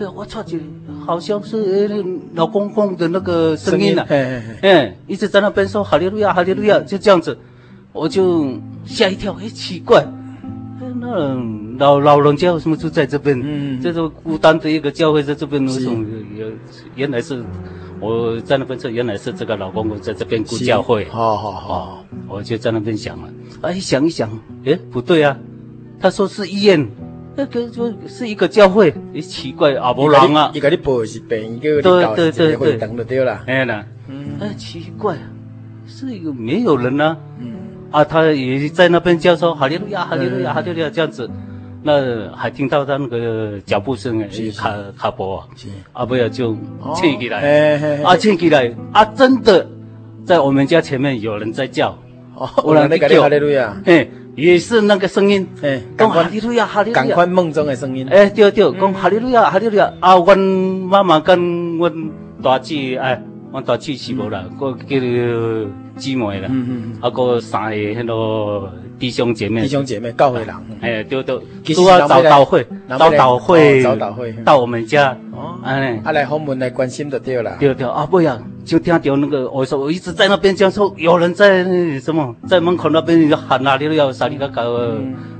Speaker 4: 哎我操就好像是哎老公公的那个声音啊，
Speaker 1: 嘿嘿嘿，
Speaker 4: 哎一直在那边说哈利路亚哈利路亚就这样子，我就吓一跳，哎奇怪。哎那老老人家为什么住在这边？
Speaker 1: 嗯嗯嗯
Speaker 4: 这种孤单的一个教会在这边，为
Speaker 1: 是
Speaker 4: 什么有原来是我在那边说，原来是这个老公公在这边顾教会
Speaker 1: 是。好好好，
Speaker 4: 哦，我就在那边想了，哎，想一想，哎，不对啊，他说是医院，那个就是一个教会，哎，奇怪，阿伯郎啊
Speaker 1: 伊，甲你报的是病，叫你
Speaker 4: 对
Speaker 1: 到
Speaker 4: 对
Speaker 1: 一个
Speaker 4: 对
Speaker 1: 会
Speaker 4: 对
Speaker 1: 堂就对啦。
Speaker 4: 哎呢，哎，奇怪，是一个没有人啊，
Speaker 1: 嗯，
Speaker 4: 啊，他也在那边叫说哈利路亚，哈利路亚，哈利路亚这样子，那还听到他那个脚步声哎
Speaker 1: 是，是
Speaker 4: 卡卡波啊
Speaker 1: 是，
Speaker 4: 阿伯呀就
Speaker 1: 哦
Speaker 4: chạy起来，
Speaker 1: 嘿嘿嘿
Speaker 4: 啊，chạy起来，啊，真的在我们家前面有人在叫。
Speaker 1: 哦，有人咧甲你哈利路亚，
Speaker 4: 哎，也是那个声音，
Speaker 1: 啊哎同
Speaker 4: 讲
Speaker 1: 款
Speaker 4: 哦哈利路亚，哈利路
Speaker 1: 共
Speaker 4: 亚
Speaker 1: 款，梦中的声音，
Speaker 4: 哎，对对，
Speaker 1: 嗯
Speaker 4: 讲哈利路亚，哈利路亚。啊，阮妈妈跟阮大姐，哎，阮大姐是无啦，我叫姊妹啦，
Speaker 1: 嗯嗯嗯
Speaker 4: 啊，个三个迄个弟兄姐妹，
Speaker 1: 弟兄姐妹教会人，
Speaker 4: 哎，对对，
Speaker 1: 其实
Speaker 4: 都要
Speaker 1: 人要
Speaker 4: 早
Speaker 1: 来
Speaker 4: 祷会，
Speaker 1: 人
Speaker 4: 早
Speaker 1: 要来
Speaker 4: 祷会，
Speaker 1: 哦早祷会
Speaker 4: 到我们家
Speaker 1: 哦，
Speaker 4: 哎，
Speaker 1: 啊来访问来关心就对啦。
Speaker 4: 对对啊，不要，就听到那个我说我一直在那边讲说有人在那什么在门口那边就喊哪里要啥里嘎嘎，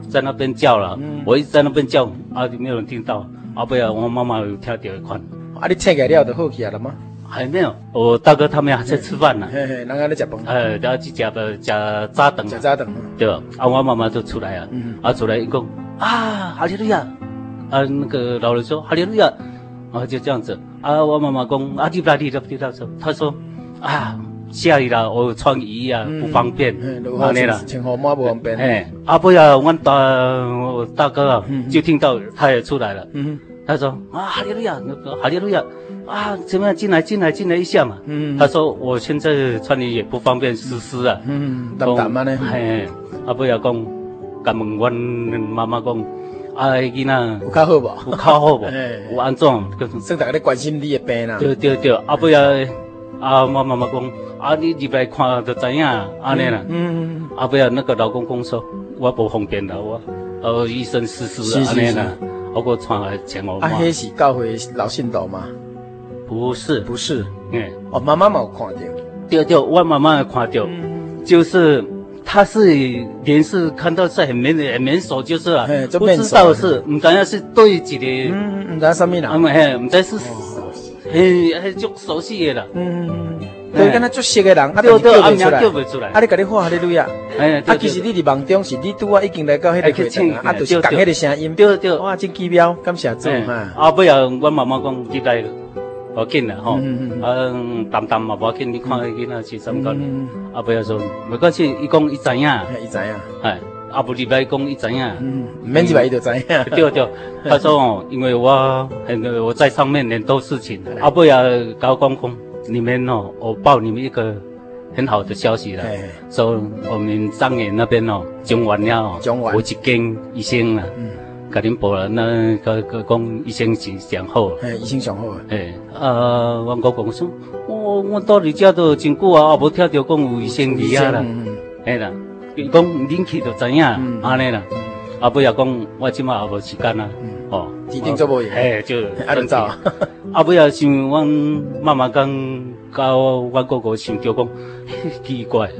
Speaker 4: 在那边叫了，我一直在那边叫啊，就没有人听到啊，不要，我妈妈有听到一款，
Speaker 1: 啊，你切开了就好起来了吗？
Speaker 4: 还没有，我大哥他们还在吃饭呢，
Speaker 1: 嘿嘿，人家咧食饭，
Speaker 4: 呃，然后去吃啊的吃早等，
Speaker 1: 食早顿。
Speaker 4: 对吧？啊，我妈妈就出来啊，
Speaker 1: 嗯
Speaker 4: 啊出来一共啊哈利路亚，啊那个老人说哈利路亚，啊就这样子啊，我妈妈讲啊你不啦你不啦你不啦说，她说啊下雨啦，我穿雨衣啊不方便
Speaker 1: 嗯，如，
Speaker 4: 啊
Speaker 1: 何
Speaker 4: 你啦。
Speaker 1: 穿雨满不方便？
Speaker 4: 哎，啊不要，我大我大哥啊，就听到他也出来了，
Speaker 1: 嗯
Speaker 4: 他说啊哈利路亚，哈利路亚，啊怎么样进来进来进来一下嘛，
Speaker 1: 嗯
Speaker 4: 他说我现在穿的也不方便湿湿啊，
Speaker 1: 嗯，淡淡安尼。
Speaker 4: 嘿，啊，尾仔讲，甲问阮妈妈讲，啊，迄囡仔
Speaker 1: 有较好无？
Speaker 4: 有较好无？
Speaker 1: 嘿
Speaker 4: 有安怎？就是
Speaker 1: 算大家咧关心你的病啦。
Speaker 4: 对对对，啊，尾仔，啊，我妈妈讲，啊，你入来看就知影，安尼啦。
Speaker 1: 嗯，
Speaker 4: 啊，尾仔那个老公公说，我无方便啦，我，呃，医生试试
Speaker 1: 是
Speaker 4: 啊，
Speaker 1: 是
Speaker 4: 安尼啦。我我传来请我
Speaker 1: 啊，
Speaker 4: 妈，
Speaker 1: 迄是教会老信徒嘛？
Speaker 4: 不是，
Speaker 1: 不是，
Speaker 4: 哎，
Speaker 1: 哦，妈妈嘛有看着。
Speaker 4: 对对，我妈妈也看到，就是她是连是看到是很面很面熟就是了
Speaker 1: 嘿，这
Speaker 4: 不
Speaker 1: 面熟
Speaker 4: 知道是唔知影是对一个，
Speaker 1: 嗯，毋知啥物
Speaker 4: 啊
Speaker 1: 人。
Speaker 4: 唔嘿，唔知是很很足熟悉的啦，
Speaker 1: 嗯，对，敢若足熟的人，啊，
Speaker 4: 对
Speaker 1: 但是
Speaker 4: 对，
Speaker 1: 叫
Speaker 4: 啊
Speaker 1: 袂
Speaker 4: 名
Speaker 1: 出来
Speaker 4: 叫。不出来
Speaker 1: 啊，，你甲你喊哈利路亚。
Speaker 4: 哎，
Speaker 1: 啊，
Speaker 4: 对
Speaker 1: 其实
Speaker 4: 对
Speaker 1: 你伫梦中是你拄啊已经来到迄个会堂啊，啊，就是共迄个声音。
Speaker 4: 对对，
Speaker 1: 哇，真奇妙，感谢主
Speaker 4: 哎
Speaker 1: 哈。
Speaker 4: 啊，尾后阮妈妈讲入来，无要紧啦吼
Speaker 1: 嗯嗯，
Speaker 4: 啊，淡淡嘛无要紧，你看迄囡仔是怎款
Speaker 1: 嗯嗯，
Speaker 4: 啊，尾后说没关系，伊讲伊知影，
Speaker 1: 嘿伊知影，
Speaker 4: 哎，啊，无入来讲伊知影。
Speaker 1: 嗯，毋免入来伊就知影。
Speaker 4: 对对，他说哦，因为我很我在上面很多事情，阿伯呀高光公，你们哦，我报你们一个很好的消息了
Speaker 1: 嘿嘿，
Speaker 4: 说我们张远那边哦，讲完了哦，
Speaker 1: 讲完
Speaker 4: 有一间医生啦，给恁报了，那个个讲医生是上好了。
Speaker 1: 嘿，医生上好的。
Speaker 4: 诶，呃，阮哥讲说，我我到你遮都真久啊，也无听到讲有医生
Speaker 1: 医
Speaker 4: 医啊
Speaker 1: 生
Speaker 4: 啦。
Speaker 1: 嗯嗯
Speaker 4: 嘿啦，伊讲恁去就知影，安尼啦。啊，尾也讲我即马也无时间啦，哦，
Speaker 1: 一嗯定做无闲
Speaker 4: 哎，就
Speaker 1: 啊就走啊。
Speaker 4: 啊，尾也想阮妈妈讲，甲阮哥哥想着讲， 嘿奇怪，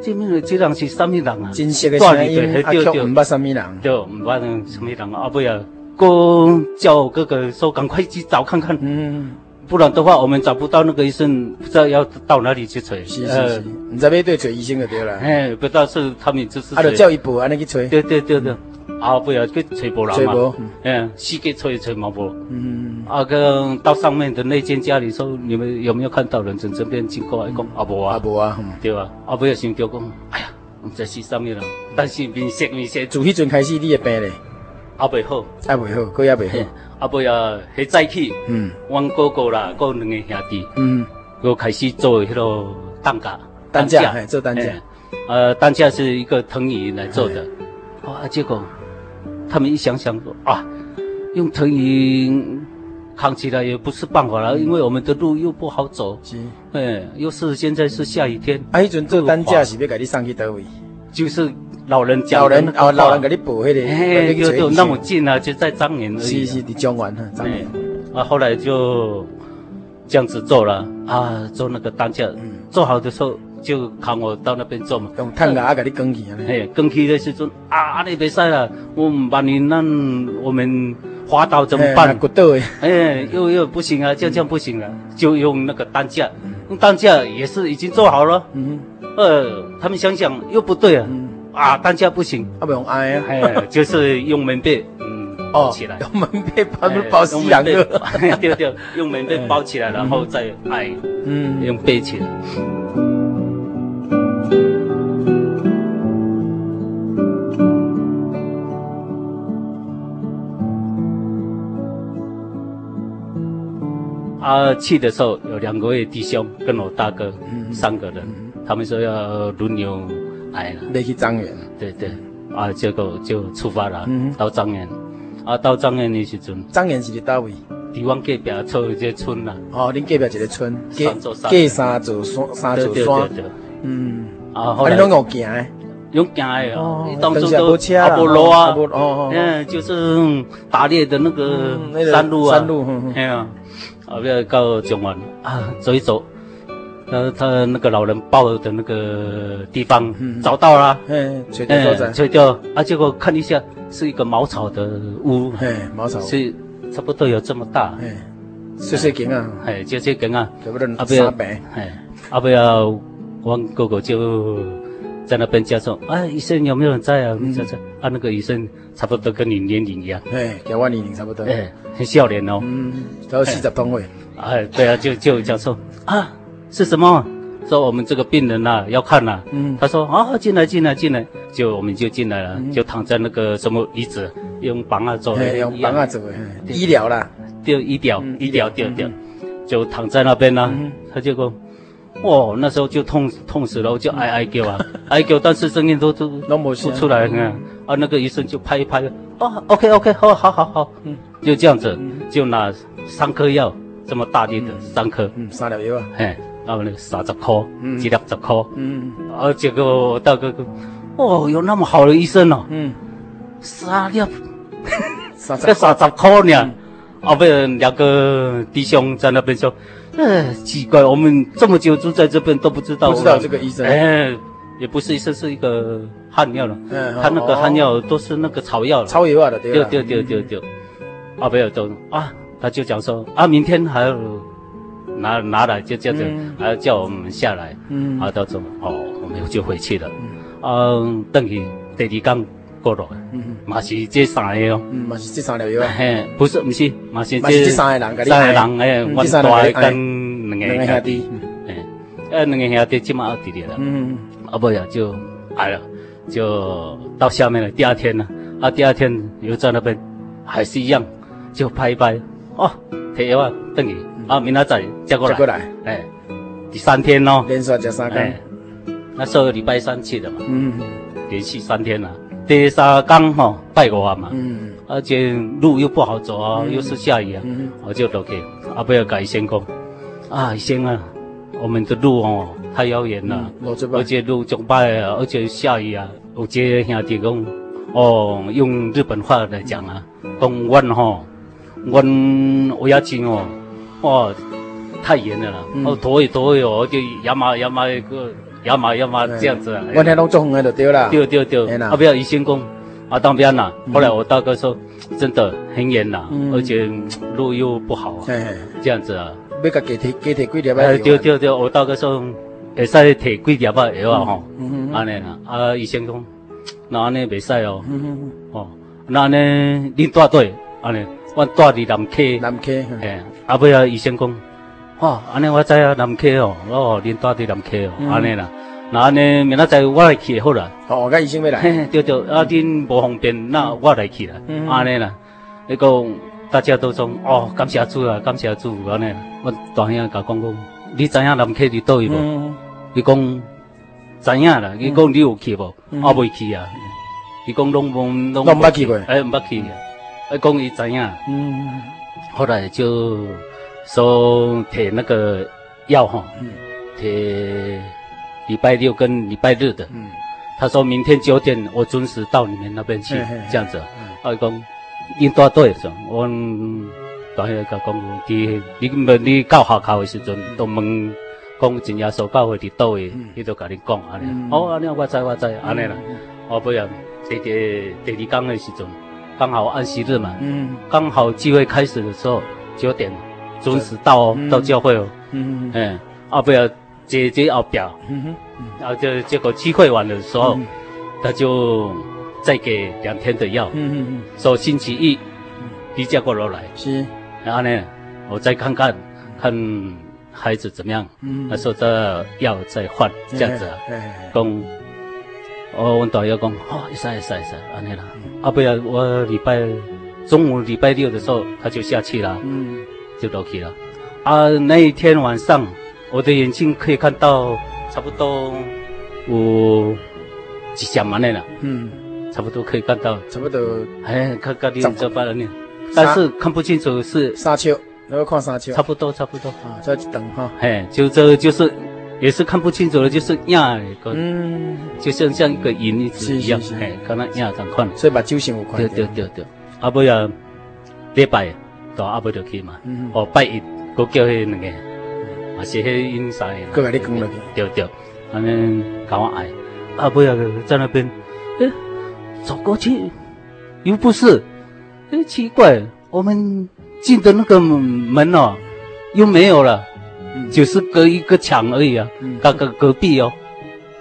Speaker 4: 这面这人是啥物人啊？
Speaker 1: 真实的
Speaker 4: 带
Speaker 1: 声
Speaker 4: 你
Speaker 1: 音，
Speaker 4: 对
Speaker 1: 啊，
Speaker 4: 对
Speaker 1: 却
Speaker 4: 对
Speaker 1: 毋捌啥物人。
Speaker 4: 对，毋捌啊啥物人啊，尾也。哥叫我哥哥说赶快去找看看，
Speaker 1: 嗯，
Speaker 4: 不然的话我们找不到那个医生，不知道要到哪里去找。
Speaker 1: 是是是，你这边对找医生就对了，
Speaker 4: 哎，不知道是他们就是
Speaker 1: 啊，就叫伊步安尼去找。
Speaker 4: 对对对对，啊，不要去吹波
Speaker 1: 吹
Speaker 4: 人
Speaker 1: 波
Speaker 4: 嘛
Speaker 1: 嗯，
Speaker 4: 嗯，四界吹吹毛波。
Speaker 1: 嗯，
Speaker 4: 啊，跟到上面的那间家里说，你们有没有看到人从这边经过？来讲啊，无
Speaker 1: 啊
Speaker 4: 啊，
Speaker 1: 无啊，嗯
Speaker 4: 对吧？啊，不要想着讲，哎呀，唔知是啥物人，但是面色面色
Speaker 1: 自迄阵开始你的病咧，
Speaker 4: 啊未好，
Speaker 1: 还袂好，佫也袂
Speaker 4: 嘿
Speaker 1: 好。
Speaker 4: 啊尾啊，迄早起，
Speaker 1: 嗯
Speaker 4: 阮哥哥啦，佮两个兄弟，
Speaker 1: 嗯，
Speaker 4: 佮开始做迄个担架，
Speaker 1: 担架嘿做担架
Speaker 4: 嘿呃，担架是一个藤椅来做的，啊，结果他们一想想说啊，用藤椅扛起来也不是办法了，因为我们的路又不好走。
Speaker 1: 是。
Speaker 4: 哎，又是现在是下雨天，
Speaker 1: 啊，迄阵做担架是要甲你送去倒位？
Speaker 4: 就是老人讲
Speaker 1: 老
Speaker 4: 的
Speaker 1: 人
Speaker 4: 那个
Speaker 1: 哦，老人甲
Speaker 4: 话
Speaker 1: 你抱迄个，
Speaker 4: 哎，
Speaker 1: 给你
Speaker 4: 有
Speaker 1: 找医
Speaker 4: 有
Speaker 1: 生
Speaker 4: 那么近啊，就在张岩而已
Speaker 1: 是
Speaker 4: 啊。
Speaker 1: 是伫中原哈，中
Speaker 4: 哎
Speaker 1: 原。，
Speaker 4: 啊，后来就这样子做了啊，做那个担架，
Speaker 1: 嗯
Speaker 4: 做好的时候就扛我到那边做嘛。
Speaker 1: 用炭牙甲你卷起安尼。
Speaker 4: 嘿，更起的时阵啊，你别晒了，我们把你那我们滑倒怎么
Speaker 1: 嘿
Speaker 4: 办
Speaker 1: 那？啊骨倒的，
Speaker 4: 哎，又又不行啊，这样这样不行了，就用那个担架，用担架也是已经做好了。
Speaker 1: 嗯
Speaker 4: 呃，他们想想又不对啊，
Speaker 1: 嗯，
Speaker 4: 啊，担架不行，
Speaker 1: 啊，袂用挨啊。
Speaker 4: 哎，就是用棉被，嗯，
Speaker 1: 哦
Speaker 4: 包起来，
Speaker 1: 用门被包
Speaker 4: 哎
Speaker 1: 包死人
Speaker 4: 用
Speaker 1: 了。
Speaker 4: 棉被对对，用棉被包起来，然后再哎，
Speaker 1: 嗯，
Speaker 4: 用背起来。啊，去的时候有两位弟兄跟我大哥，
Speaker 1: 嗯
Speaker 4: 三个人，他们说要轮流来了。
Speaker 1: 要去张园。
Speaker 4: 对对，啊，结果就出发了，
Speaker 1: 嗯
Speaker 4: 到张园，啊，到张园的时阵，
Speaker 1: 张园是伫倒位？
Speaker 4: 伫阮隔壁村一个村啦，
Speaker 1: 哦，恁隔壁一个村，隔
Speaker 4: 三座山
Speaker 1: 隔三座山，三
Speaker 4: 对
Speaker 1: 座
Speaker 4: 对对
Speaker 1: 山。
Speaker 4: 对，
Speaker 1: 嗯，
Speaker 4: 啊，后
Speaker 1: 啊啊，你
Speaker 4: 来
Speaker 1: 拢用行的。
Speaker 4: 用行的
Speaker 1: 哦
Speaker 4: 哦，你当中
Speaker 1: 当时也
Speaker 4: 都
Speaker 1: 没车啦
Speaker 4: 啊无路
Speaker 1: 哦啊
Speaker 4: 啊
Speaker 1: 没哦哦哦，
Speaker 4: 嗯，就是嗯打猎的那个
Speaker 1: 嗯那个
Speaker 4: 山路啊，
Speaker 1: 山路嗯嗯
Speaker 4: 哎呀，后来到中原啊，走一走。呃，他那个老人抱的那个地方
Speaker 1: 嗯
Speaker 4: 找到了，
Speaker 1: 嘿，找到所
Speaker 4: 嗯，
Speaker 1: 在。
Speaker 4: 吹掉啊，结果看一下是一个茅草的屋，
Speaker 1: 嘿，茅草。
Speaker 4: 是差不多有这么大，
Speaker 1: 嘿，细细间啊，
Speaker 4: 哎，就这根啊，
Speaker 1: 差不多
Speaker 4: 啊不要
Speaker 1: 三平。，
Speaker 4: 哎， 啊不要，我哥哥就在那边叫说，啊，医生有没有人在啊？
Speaker 1: 嗯
Speaker 4: 在在，啊，那个医生差不多跟你年龄一样，
Speaker 1: 嘿，跟我年龄差不多。
Speaker 4: 哎，很笑脸哦，
Speaker 1: 嗯，都四十通位。
Speaker 4: 哎，对啊，就就讲说啊，是什么？说我们这个病人呐、要看呐、
Speaker 1: 嗯
Speaker 4: 他说啊，进来进来进来，就我们就进来了，就躺在那个什么椅子，用绑啊做的
Speaker 1: 嗯嘿，
Speaker 4: 一样，
Speaker 1: 用房啊做的，嘿医疗啦，
Speaker 4: 掉一条
Speaker 1: 嗯
Speaker 4: 一条掉掉，就躺在那边啦、
Speaker 1: 嗯
Speaker 4: 他就说，哦，那时候就痛痛死了，我就哀哀 叫啊，哀叫，但是声音都都
Speaker 1: 拢无
Speaker 4: 不
Speaker 1: 声嗯
Speaker 4: 出来啊。啊，那个医生就拍一拍，哦，OK OK，好，好，好，好，
Speaker 1: 嗯
Speaker 4: 就这样子，就拿三颗药，这么大粒的、三颗，
Speaker 1: 嗯，三疗药啊，
Speaker 4: 嘿，然后呢三十颗，
Speaker 1: 嗯
Speaker 4: 一粒十颗，
Speaker 1: 嗯
Speaker 4: 啊，结果我大哥哥，哦，有那么好的医生哦，
Speaker 1: 嗯，
Speaker 4: 三粒
Speaker 1: 三十
Speaker 4: 这，三十块呢。后面两个弟兄在那边说：“呃，奇怪，我们这么久住在这边都不知道，啊
Speaker 1: 不知道这个医生
Speaker 4: 哎，也不是医生，是一个汉药了。
Speaker 1: 嗯
Speaker 4: 他那个汉
Speaker 1: 哦
Speaker 4: 药都是那个草药了，
Speaker 1: 超药啊的对
Speaker 4: 对
Speaker 1: 啦，
Speaker 4: 对对对对。后面有都啊，他就讲说啊，明天还有拿拿来，就这样子
Speaker 1: 嗯，
Speaker 4: 还要叫我们下来。
Speaker 1: 嗯
Speaker 4: 啊，到这么哦，我们就回去了。嗯，等于第二天过来，
Speaker 1: 嗯
Speaker 4: 嘛是这三个哦。”
Speaker 1: 嗯，嘛是这三疗药啊，
Speaker 4: 嘿，不是，不是，嘛是
Speaker 1: 嘛是这三个人跟你
Speaker 4: 三个人诶，
Speaker 1: 嗯
Speaker 4: 我
Speaker 1: 这三个
Speaker 4: 大
Speaker 1: 人
Speaker 4: 的
Speaker 1: 跟你
Speaker 4: 跟两
Speaker 1: 两个
Speaker 4: 个兄
Speaker 1: 兄
Speaker 4: 弟
Speaker 1: 弟，，
Speaker 4: 诶，啊，两个兄弟即马有伫咧
Speaker 1: Ừ,
Speaker 4: 啦，
Speaker 1: 嗯，
Speaker 4: 啊，不呀，就哎了，就到下面了。第二天呢，啊，第二天又在那边还是一样，就拍一拍，哦，摕药啊，等去，啊，明仔载接过
Speaker 1: 再嗯过
Speaker 4: 来，
Speaker 1: 来，
Speaker 4: 哎，第三天咯，
Speaker 1: 连续吃三
Speaker 4: 哎
Speaker 1: 天，，
Speaker 4: 那时候礼拜三去的嘛，
Speaker 1: 嗯
Speaker 4: 连续三天啦，第三天吼拜五啊嘛，
Speaker 1: 嗯
Speaker 4: 而且路又不好走啊，
Speaker 1: 嗯
Speaker 4: 又是下雨啊，
Speaker 1: 嗯
Speaker 4: 我就落去。啊，不要改先工，啊，先啊，我们的路哦太遥远了
Speaker 1: 嗯，，我这
Speaker 4: 而
Speaker 1: 边，
Speaker 4: 且路中歹啊，而且下雨啊。有些兄弟讲，哦，用日本话来讲啊，讲阮吼，阮乌鸦青哦，哇，太严了啦，
Speaker 1: 嗯
Speaker 4: 哦，躲一躲一哦，就亚麻亚麻一个亚麻亚麻这样子啊。
Speaker 1: 嗯我那哎拢做远的就对啦，
Speaker 4: 对对
Speaker 1: 嘿
Speaker 4: 对，
Speaker 1: 啦
Speaker 4: 啊不要医生工，啊当兵啦。后来我大哥说，真的很远啦
Speaker 1: 嗯，
Speaker 4: 而且嗯路又不好啊，
Speaker 1: 嘿，
Speaker 4: 这样子啊，
Speaker 1: 要甲加提加提几粒啊
Speaker 4: 哎，？对对对，我大概算会使摕几粒啊药啊吼，
Speaker 1: 嗯，嗯嗯
Speaker 4: 安尼啦。啊，医生讲，那安尼袂使哦，
Speaker 1: 嗯
Speaker 4: 吼，那安尼恁带队，安尼，阮带伫南
Speaker 1: 嗯，
Speaker 4: 溪，
Speaker 1: 南溪，嗯
Speaker 4: 诶，啊尾啊医生讲，吼，安尼我知啊，南溪哦，我恁带伫南溪哦，
Speaker 1: 嗯
Speaker 4: 安尼啦。那安尼明仔载我来去就好啦。
Speaker 1: 哦，甲医生要来，
Speaker 4: 嘿， 对对，啊，恁无方便，那我来去啦
Speaker 1: 嗯，
Speaker 4: 安尼啦。你讲大家都讲哦，感谢主啊，感谢主安尼。我大兄甲讲讲，你知影南溪伫倒位无？
Speaker 1: 嗯，
Speaker 4: 伊讲知影啦，伊讲你有去无？
Speaker 1: 嗯
Speaker 4: 我未去啊。伊讲拢无拢
Speaker 1: 拢毋捌去过
Speaker 4: 哎，毋捌去啊。伊讲伊知影，
Speaker 1: 嗯，
Speaker 4: 后来就说摕那个药吼
Speaker 1: 嗯，
Speaker 4: 摕礼拜六跟礼拜日的。
Speaker 1: 嗯，
Speaker 4: 他说明天九点我准时到你们那边去
Speaker 1: 嘿嘿嘿，
Speaker 4: 这样子
Speaker 1: 嗯。
Speaker 4: 啊，伊讲因带队的时候，我当迄甲讲，伫你问你到学校的时阵，都问讲真耶稣教会伫倒位
Speaker 1: 嗯，
Speaker 4: 伊就甲你讲安
Speaker 1: 嗯
Speaker 4: 尼。哦，安尼我知我知，安尼啦。后尾啊，第第第二天的时阵，刚好安息日嘛，
Speaker 1: 嗯，
Speaker 4: 刚好聚会开始的时候九点准时到哦
Speaker 1: 嗯，
Speaker 4: 到教会哦。
Speaker 1: 嗯，嗯，
Speaker 4: 嗯，后尾啊，坐坐后壁。啊
Speaker 1: 嗯
Speaker 4: 然后就结果聚会完的时候，
Speaker 1: 嗯
Speaker 4: 他就再给两天的药，
Speaker 1: 嗯嗯，
Speaker 4: 说星期一你叫过楼来，
Speaker 1: 是，
Speaker 4: 然后呢，我再看看看孩子怎么样，
Speaker 1: 嗯
Speaker 4: 他说这药再换啊这样子啊，
Speaker 1: 哎，
Speaker 4: 讲，哦，我导游讲，哦，会使会使会使，安尼啦，啊不然我礼拜中午礼拜六的时候他就下去了，
Speaker 1: 嗯，
Speaker 4: 就落去了。啊，那一天晚上，我的眼睛可以看到差不多有几点嘛呢了，
Speaker 1: 嗯，
Speaker 4: 差不多可以看到，
Speaker 1: 差不多
Speaker 4: 哎，看看你
Speaker 1: 怎么
Speaker 4: 这班人呢，但是看不清楚是
Speaker 1: 三尺，那要看三尺，
Speaker 4: 差不多差不多，
Speaker 1: 啊，再一等哈，
Speaker 4: 哎，就这就是也是看不清楚了，就是压一个，
Speaker 1: 嗯，
Speaker 4: 就像像一个银一直
Speaker 1: 是
Speaker 4: 一样
Speaker 1: 是是，
Speaker 4: 哎，跟那压同款。
Speaker 1: 所以目睭先有看
Speaker 4: 对对，对对，啊尾啊礼拜到啊尾就去嘛，
Speaker 1: 嗯，
Speaker 4: 哦拜一，我叫迄两个，也是迄因三个啦。
Speaker 1: 搁甲你讲落去，
Speaker 4: 对对，安尼甲我爱，啊不要在那边，诶，走过去，又不是，诶，奇怪，我们进的那个门哦，又没有了，
Speaker 1: 嗯，
Speaker 4: 只是隔一个墙而已啊，
Speaker 1: 嗯
Speaker 4: 隔隔隔壁哦，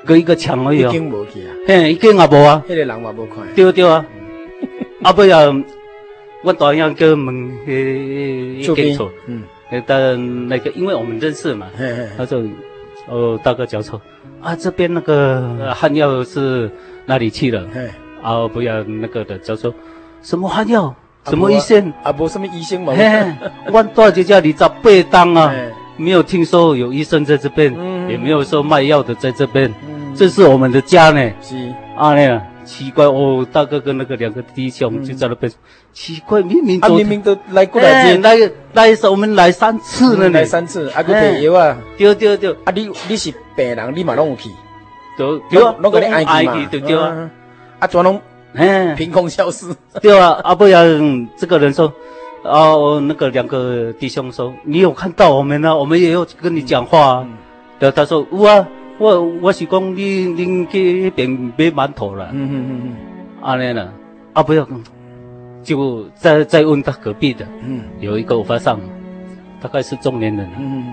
Speaker 4: 隔一个墙而已
Speaker 1: 已
Speaker 4: 哦，
Speaker 1: 经无去啊，
Speaker 4: 嘿，已经也无啊，
Speaker 1: 迄个人嘛无看，
Speaker 4: 对 对啊，啊不要，我大兄叫问迄迄间厝，
Speaker 1: 嗯，
Speaker 4: 呃但那个因为我们认识嘛，
Speaker 1: 嘿嘿，
Speaker 4: 他就，哦，大哥讲错，啊，这边那个
Speaker 1: 嗯
Speaker 4: 呃汉药是哪里去了？
Speaker 1: 嘿，
Speaker 4: 啊，不要那个的，就说什么汉药，什么医生？
Speaker 1: 啊，无什么医生嘛，
Speaker 4: 嘿，我大姐家里找被当啊，
Speaker 1: 哎
Speaker 4: 没有听说有医生在这边，
Speaker 1: 嗯
Speaker 4: 也没有说卖药的在这边，
Speaker 1: 嗯
Speaker 4: 这是我们的家呢。
Speaker 1: 是，
Speaker 4: 啊那样奇怪哦，大哥跟那个两个弟兄就在那边，奇怪，明明
Speaker 1: 嗯啊，
Speaker 4: 昨
Speaker 1: 明
Speaker 4: 天
Speaker 1: 明都来过来
Speaker 4: 哎
Speaker 1: 见，
Speaker 4: 那个那一次我们来三次了呢
Speaker 1: 来，三次，啊，搁摕药啊，
Speaker 4: 对对对。
Speaker 1: 啊，你你是病人，你嘛拢有去，
Speaker 4: 对对啊，
Speaker 1: 拢甲你
Speaker 4: 爱
Speaker 1: 爱去
Speaker 4: 去
Speaker 1: 嘛，
Speaker 4: 对对啊，，
Speaker 1: 啊，全拢
Speaker 4: 哎，
Speaker 1: 凭空消失，
Speaker 4: 对啊，啊不然这个人说，哦那个两个弟兄说，你有看到我们呢、啊？我们也有跟你讲话、啊。然后他说有啊，我我是讲你恁去那边买馒头了，
Speaker 1: 嗯嗯
Speaker 4: 安尼啦，啊不要，就再再问他隔壁的
Speaker 1: 嗯
Speaker 4: 有一个发上，大概是中年人，
Speaker 1: 嗯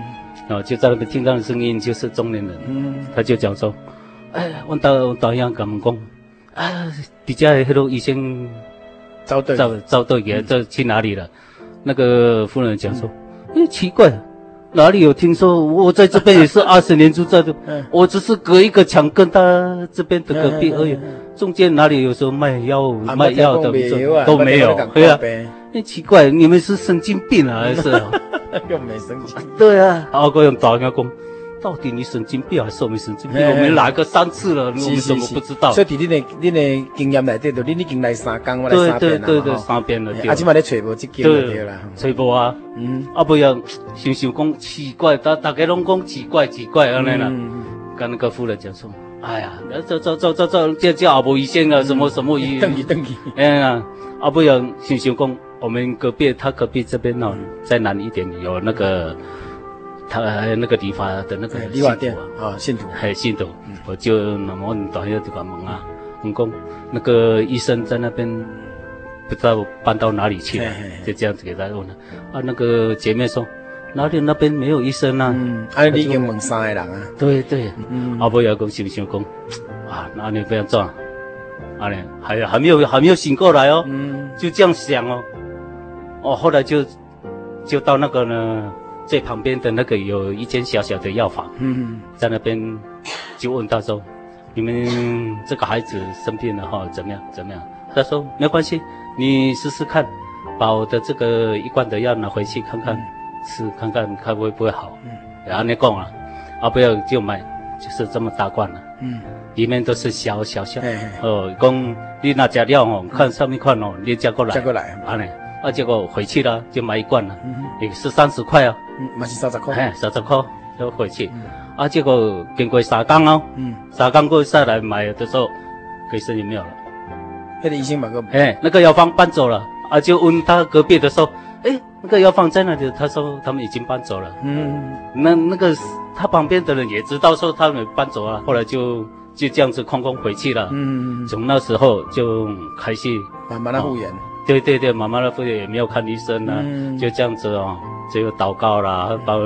Speaker 4: 然后就在那边听到的声音就是中年人。
Speaker 1: 嗯
Speaker 4: 他就讲说，哎，阮导阮导演甲问讲，啊，伫遮的迄个医生
Speaker 1: 嗯，走对，嗯
Speaker 4: 赵赵队给这去哪里了？那个夫人讲说，哎、奇怪，哪里有听说我在这边 也是二十年住在这
Speaker 1: 嗯，
Speaker 4: 我只是隔一个墙跟他这边的隔
Speaker 1: 嗯
Speaker 4: 壁
Speaker 1: 嗯嗯
Speaker 4: 而已
Speaker 1: 嗯，
Speaker 4: 中间哪里有说卖药
Speaker 1: 啊
Speaker 4: 卖药的
Speaker 1: 没有啊
Speaker 4: 都没有
Speaker 1: 没有，
Speaker 4: 对啊，
Speaker 1: 没
Speaker 4: 哎，奇怪，你们是神经病啊还是？
Speaker 1: 又没生气，
Speaker 4: 对啊，啊，我用导演讲。到底你神经病还是我们神经病？
Speaker 1: 嗯嗯
Speaker 4: 我们来个三次 了，我们
Speaker 1: 是
Speaker 4: 怎么
Speaker 1: 是
Speaker 4: 不知道
Speaker 1: 所？以伫恁的恁的经验内底，就恁已经来三工，我来
Speaker 4: 对
Speaker 1: 三
Speaker 4: 对
Speaker 1: 遍
Speaker 4: 对对，
Speaker 1: 啦吼
Speaker 4: 三遍了，对
Speaker 1: 啊，即马咧揣无即间就对啦，
Speaker 4: 吹波啊，
Speaker 1: 嗯，
Speaker 4: 啊，不要想想讲奇怪，大大家拢讲奇怪奇怪安尼啦。
Speaker 1: 嗯
Speaker 4: 跟那个夫人讲说，哎呀，这这这这这这这也无医生啊，什么什么医，
Speaker 1: 等去等去，
Speaker 4: 哎呀，啊，不要想想讲，我们隔壁他隔壁这边哦，再南一点有那个他那个理发的那个
Speaker 1: 哎理发店
Speaker 4: 信徒
Speaker 1: 啊，信徒，
Speaker 4: 啊还信徒，我就那么导游就讲问啊，我讲那个医生在那边不知道搬到哪里去了
Speaker 1: 嘿嘿，嘿
Speaker 4: 啊就这样子给他问了。啊，那个姐妹说，哪里那边没有医生啊？
Speaker 1: 嗯，啊，你已经问三个人啊，
Speaker 4: 对对，
Speaker 1: 嗯，
Speaker 4: 阿伯也讲想想讲，啊，那你不要做，啊呢，还还没有还没有醒过来哦，
Speaker 1: 嗯，
Speaker 4: 就这样想哦，哦，后来就就到那个呢最旁边的那个有一间小小的药房，
Speaker 1: 嗯，
Speaker 4: 在那边就问他说：“你们这个孩子生病了哈，怎么样？怎么样？”他说：“没关系，你试试看，把我的这个一罐的药拿回去看看，吃看看看会不会好。”
Speaker 1: 嗯
Speaker 4: 然后你讲啊，啊不要就买，就是这么大罐了、
Speaker 1: 嗯，
Speaker 4: 里面都是小小小。
Speaker 1: 嘿嘿
Speaker 4: 哦，讲你那家料哦，看上面看哦，你再过来，
Speaker 1: 再过来
Speaker 4: 啊呢，啊结果回去了就买一罐了，
Speaker 1: 嗯
Speaker 4: 也是三十块啊，
Speaker 1: 嗯，嘛是三十
Speaker 4: 哎
Speaker 1: 块，，
Speaker 4: 三十块就回去
Speaker 1: 嗯，
Speaker 4: 啊结果经过三天哦，
Speaker 1: 嗯，
Speaker 4: 三天过再来买的时候，给生意没有了，
Speaker 1: 那个医生嘛个，
Speaker 4: 哎，那个药方搬走了，啊就问他隔壁的说，哎，那个药方在那里，他说他们已经搬走了，
Speaker 1: 嗯，
Speaker 4: 那那个他旁边的人也知道说他们搬走了，后来就就这样子空空回去了，
Speaker 1: 嗯，
Speaker 4: 从那时候就开始。
Speaker 1: 慢慢的复原，
Speaker 4: 对对对，妈妈的父亲也没有看医生啊，
Speaker 1: 嗯
Speaker 4: 就这样子哦，只有祷告啦，帮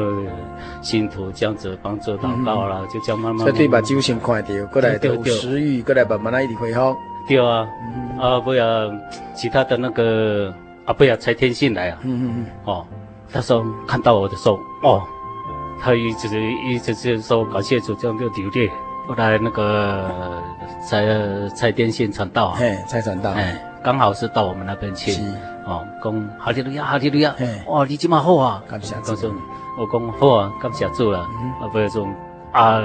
Speaker 4: 信徒这样子帮助祷告啦，就这样慢慢。
Speaker 1: 嗯所以对目睭先看着，过来就有食欲，过来慢慢的一直恢复，
Speaker 4: 对啊，
Speaker 1: 嗯
Speaker 4: 啊不要其他的那个啊不要才天信来啊，
Speaker 1: 嗯嗯
Speaker 4: 哦，他说看到我的时候，哦，他一直一直是说感谢主，这样就流泪。后来那个才才电信传道
Speaker 1: 嗯，
Speaker 4: 啊，
Speaker 1: 嘿，才传到，
Speaker 4: 哎，刚好是到我们那边去
Speaker 1: 是，
Speaker 4: 哦，讲哈利路亚，哈利路亚
Speaker 1: 嘿，
Speaker 4: 哦，你这么好啊，
Speaker 1: 感谢
Speaker 4: 我
Speaker 1: 主
Speaker 4: 讲，我讲好啊，感谢主啦。
Speaker 1: 嗯
Speaker 4: 啊，不是说啊，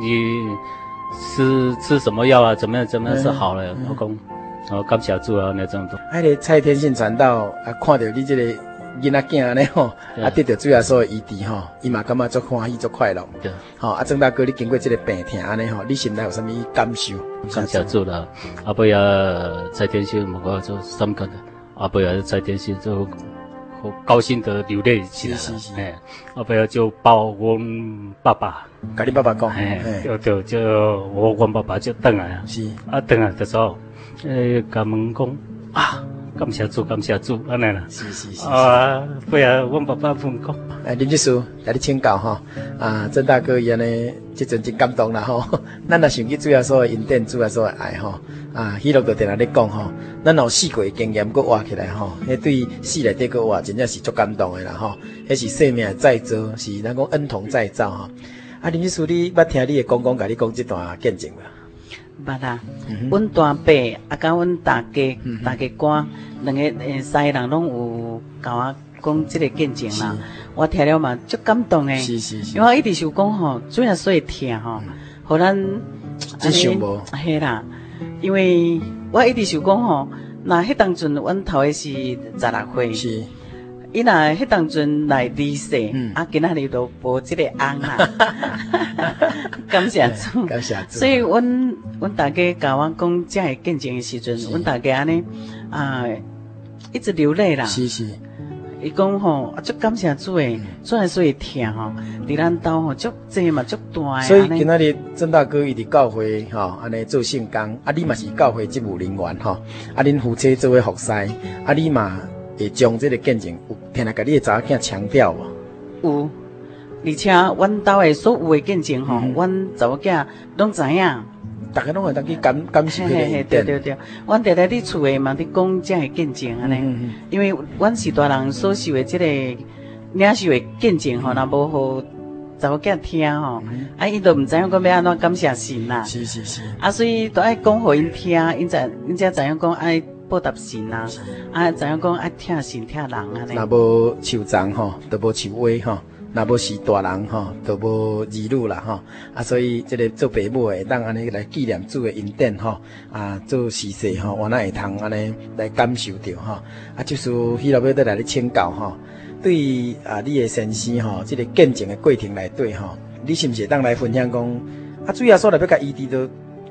Speaker 4: 你吃吃什么药啊？怎么样怎么样是好了？
Speaker 1: 嗯
Speaker 4: 我讲，哦，感谢主啊，那种都
Speaker 1: 啊，迄个蔡天信传道啊，看到你这个囡仔囝呢吼，
Speaker 4: 对
Speaker 1: 啊，得到主要说医治吼，伊嘛感觉足欢喜足快乐。
Speaker 4: 对，
Speaker 1: 吼、啊，郑大哥，你经过这个病痛安尼吼，你心内有啥物感受？
Speaker 4: 感谢主啦。啊，不要蔡天信，我讲就三个的，啊，不要蔡天信就。我高兴的流泪起来
Speaker 1: 是
Speaker 4: 了
Speaker 1: 是，是
Speaker 4: 哎，啊，不要就抱我爸爸，
Speaker 1: 甲你爸爸讲，
Speaker 4: 哎
Speaker 1: 嘿，
Speaker 4: 就就就我我爸爸就等来啊，
Speaker 1: 是，
Speaker 4: 啊，等来的时候，呃，甲问讲啊，感谢主，感谢主，安尼啦。
Speaker 1: 是是是。啊，
Speaker 4: 啊，不要阮爸爸问讲，
Speaker 1: 来林律师，来你请教吼。啊，郑大哥伊安尼，即阵真感动啦吼。 咱若想起主要说的恩典，主要说的爱吼，啊，迄落就定下咧讲吼，咱若有四过的经验，搁活起来吼，迄对死内底搁活，真正是足感动的啦吼。迄是生命的再造，是咱讲恩同再造吼。啊，林律师，你捌听你的公公甲你讲这段见证无？
Speaker 3: 捌啊
Speaker 1: 嗯哼，
Speaker 3: 阮大伯啊，甲阮大家
Speaker 1: 嗯哼
Speaker 3: 大家官两个诶，三个人拢有甲我讲即个见证啦
Speaker 1: 是。
Speaker 3: 我听了嘛，足感动诶。
Speaker 1: 是是是
Speaker 3: 因为我一直想讲吼，主要所以听吼，互咱
Speaker 1: 真嗯想无
Speaker 3: 嘿啦，因为我一直想讲吼，那迄当阵阮头诶是十六岁，
Speaker 1: 是，
Speaker 3: 伊若迄当阵来离世
Speaker 1: 嗯，
Speaker 3: 啊，今仔日都无即个翁 啦，感谢主。
Speaker 1: 感谢主。
Speaker 3: 所以，阮阮大家甲我讲这个见证的时阵，阮大家安尼啊，一直流泪啦。
Speaker 1: 是是，
Speaker 3: 伊讲吼，啊，足感谢主
Speaker 1: 嗯
Speaker 3: 诶，主要所以疼吼，伫咱兜吼足济嘛，足大诶。
Speaker 1: 所以
Speaker 3: 安尼
Speaker 1: 今仔日郑大哥伊伫教会吼，安尼做圣工，啊，你嘛是教会职务人员吼，啊，恁夫妻做为服侍，啊，你嘛会将这个见证，有听来甲你的查囝强调无？
Speaker 3: 有，而且阮兜诶所有诶见证吼
Speaker 1: 嗯，
Speaker 3: 阮查某囝拢知影。
Speaker 1: 大家拢会当去感感受迄个恩
Speaker 3: 对对
Speaker 1: 典。
Speaker 3: 对，阮常常伫厝诶嘛伫讲这个见证安尼。
Speaker 1: 嗯
Speaker 3: 因为阮是大人所受的即、个领受的见证吼，若无互查某囝听吼，啊，伊都毋知影讲要安怎感谢神啦
Speaker 1: 嗯，。是是是，
Speaker 3: 啊，所以都爱讲互因听，因才因才知影讲爱报答神啦，啊，知影讲爱听神听人安尼。
Speaker 1: 若无树长吼，都无树歪吼。若无是大人吼，都无儿女啦吼，啊，所以即个做爸母的会当安尼来纪念主的恩典吼，啊，做事实吼，我那会通安尼来感受着吼，啊，就是迄落尾再来咧请教吼，对于啊，你的先生吼，即、个见证的过程内底吼，你是毋是会当来分享讲，啊，主要说来要甲伊治都，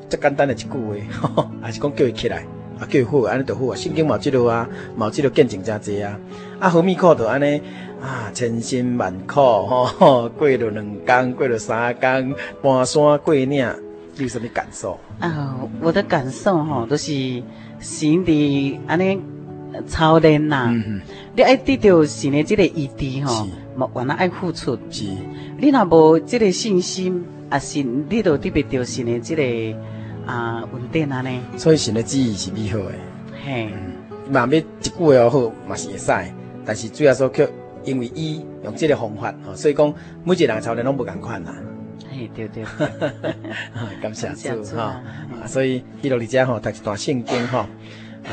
Speaker 1: 即简单的一句话， 吼，还是讲叫伊起来，啊，叫伊好，安尼就好啊，圣经嘛有即落啊，嘛有即落见证诚济啊。啊，何米苦就安尼啊，千辛万苦吼、吼过了两天，过了三天，搬山过岭，你有什么感受？
Speaker 3: 啊，我的感受吼，都、是神伫安尼操练啦。
Speaker 1: 嗯，
Speaker 3: 你你爱得到神的这个医治吼
Speaker 1: 是，
Speaker 3: 嘛原来爱付出。
Speaker 1: 是
Speaker 3: 你若无这个信心，啊是你都得不到神的这个啊稳定安尼。
Speaker 1: 所以神的旨意是美好的。
Speaker 3: 嘿，
Speaker 1: 嗯嘛要一句话好，嘛是会使，但是主要说却因为伊用这个方法，吼，所以讲每一个人操练拢无共款啦。
Speaker 3: 嘿，对对对，
Speaker 1: 感谢
Speaker 3: 感谢
Speaker 1: 主
Speaker 3: 主
Speaker 1: 哈、
Speaker 3: 啊
Speaker 1: 啊，所以迄落你遮吼，读一段圣经吼，啊，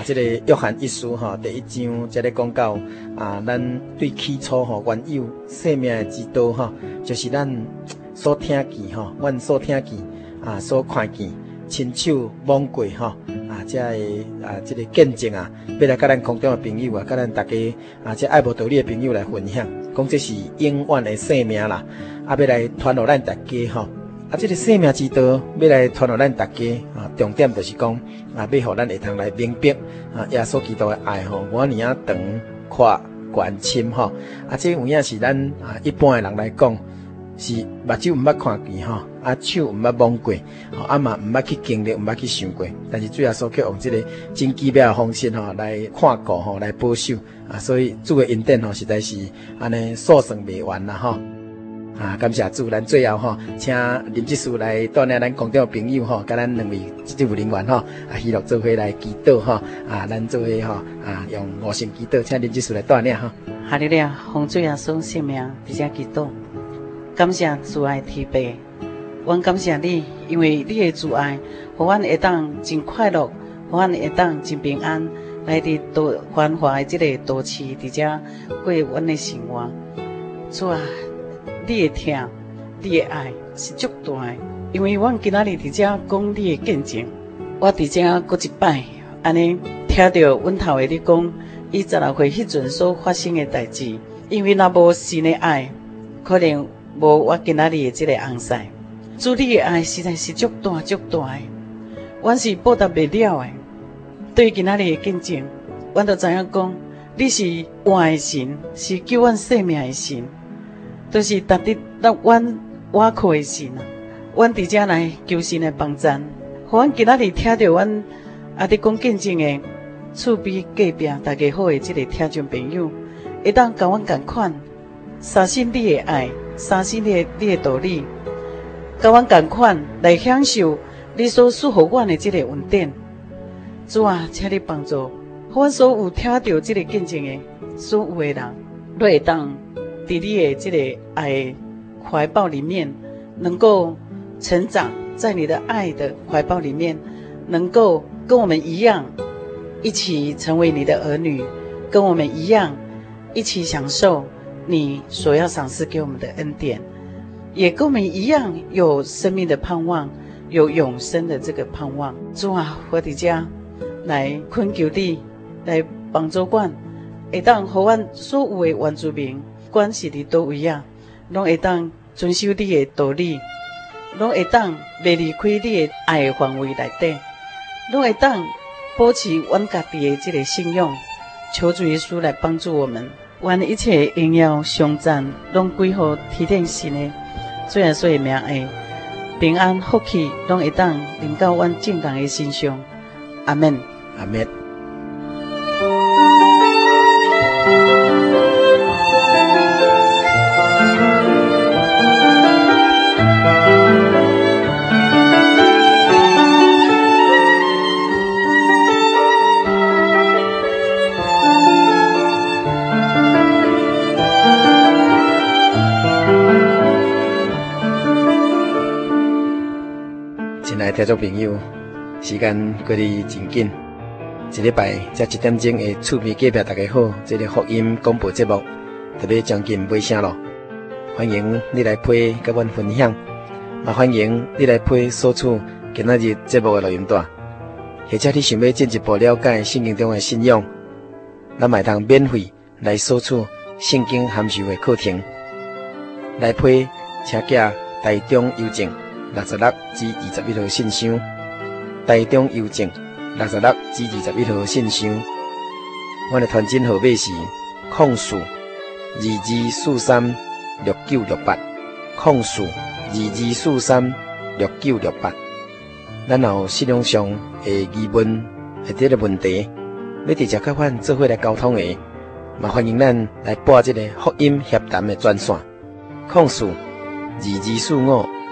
Speaker 1: 这个约翰一书吼，第一章，这个讲到啊，咱对起初吼，原有生命的之道吼，就是咱所听见吼，阮所听见啊，所看见，亲手摸过吼，啊，这个啊，这个见证啊，要来甲咱空中的朋友啊，甲咱大家啊，这爱无道理的朋友来分享，讲这是永远的生命啦，啊，要来传互咱大家吼。啊，这个生命之道要来传互咱大家啊，重点就是讲啊，要互咱会通来明白啊，耶稣基督的爱吼，我尼啊长阔关心吼，啊，这有影是咱啊一般的人来讲。是目睭毋捌看见吼，啊手毋捌摸过，吼啊嘛毋捌去经历，毋捌去想过。但是主要说去用即个真奇妙的方式吼来看顾吼来保守啊，所以主的恩典吼实在是安尼数算袂完啦吼。啊，感谢主，咱最后吼，请林志书来带领咱空中的朋友吼，甲咱两位职务人员吼，啊，喜乐做伙来祈祷吼，啊，咱做伙吼，啊，用五声祈祷，请林志书来带领吼。
Speaker 3: 哈利了，洪水啊，所性命比较激动，感谢主爱的天父，阮感谢你，因为你的阻碍，互阮会当真快乐，互阮会当真平安，来伫多繁华的即个都市，伫遮过阮的生活。主啊，你的疼，你的爱是足大的，因为阮今仔日伫遮讲你的见证，我伫遮搁一摆，安尼听着阮头的你讲，伊十六岁迄阵所发生的代志，因为若无神的爱，可能无我今仔日的即个红婿。主你的爱实在是足大足大的，阮是报答袂了的。对今仔日的见证，阮都知影讲，你是活的神，是救阮性命的神。就是值得咱阮我靠的神啊，阮伫遮来求神的帮助。互阮今仔日听着阮阿伫讲见证的厝边隔壁大家好的即个听众朋友，会当甲阮共款，相信你的爱，相信你的你的道理，甲阮共款来享受你所赐予阮的即个稳定。主啊，请你帮助，互阮所有听到即个见证的所有的人，都会当伫你的即个爱的怀抱里面，能够成长，在你的爱的怀抱里面，能够跟我们一样，一起成为你的儿女，跟我们一样，一起享受你所要赏赐给我们的恩典，也跟我们一样有生命的盼望，有永生的这个盼望。主啊，我的家，来恳求你，来帮助阮。会当互阮所有的原住民，不管是伫倒位啊，拢会当遵守你的道理，拢会当袂离开你的爱的范围内底，拢会当保持阮家己的即个信仰。求主耶稣来帮助我们，阮一切的荣耀、颂赞，拢归乎天顶神的，最后所以名的平安福气，拢会当临到阮正港的身上。阿门。
Speaker 1: 阿弥。亲爱的听众朋友，时间过得真紧，一礼拜才一点钟的厝边隔壁大家好，这个福音广播节目特别将近尾声咯。欢迎你来配甲阮分享，也欢迎你来配索取今仔日节目的录音带，或者你想要进一步了解圣经中的信仰，咱嘛会通免费来索取圣经函授的课程。来批请寄台中邮政六十六至二十一号信箱，台中邮政六十六至二十一号信箱。阮的传真号码是控诉二二四三六九六八，控诉二二四三六九六八。然后信用上的疑问或者个问题，要直接甲阮做伙来沟通的，嘛欢迎咱来拨这个福音协谈的专线，控诉二二四五二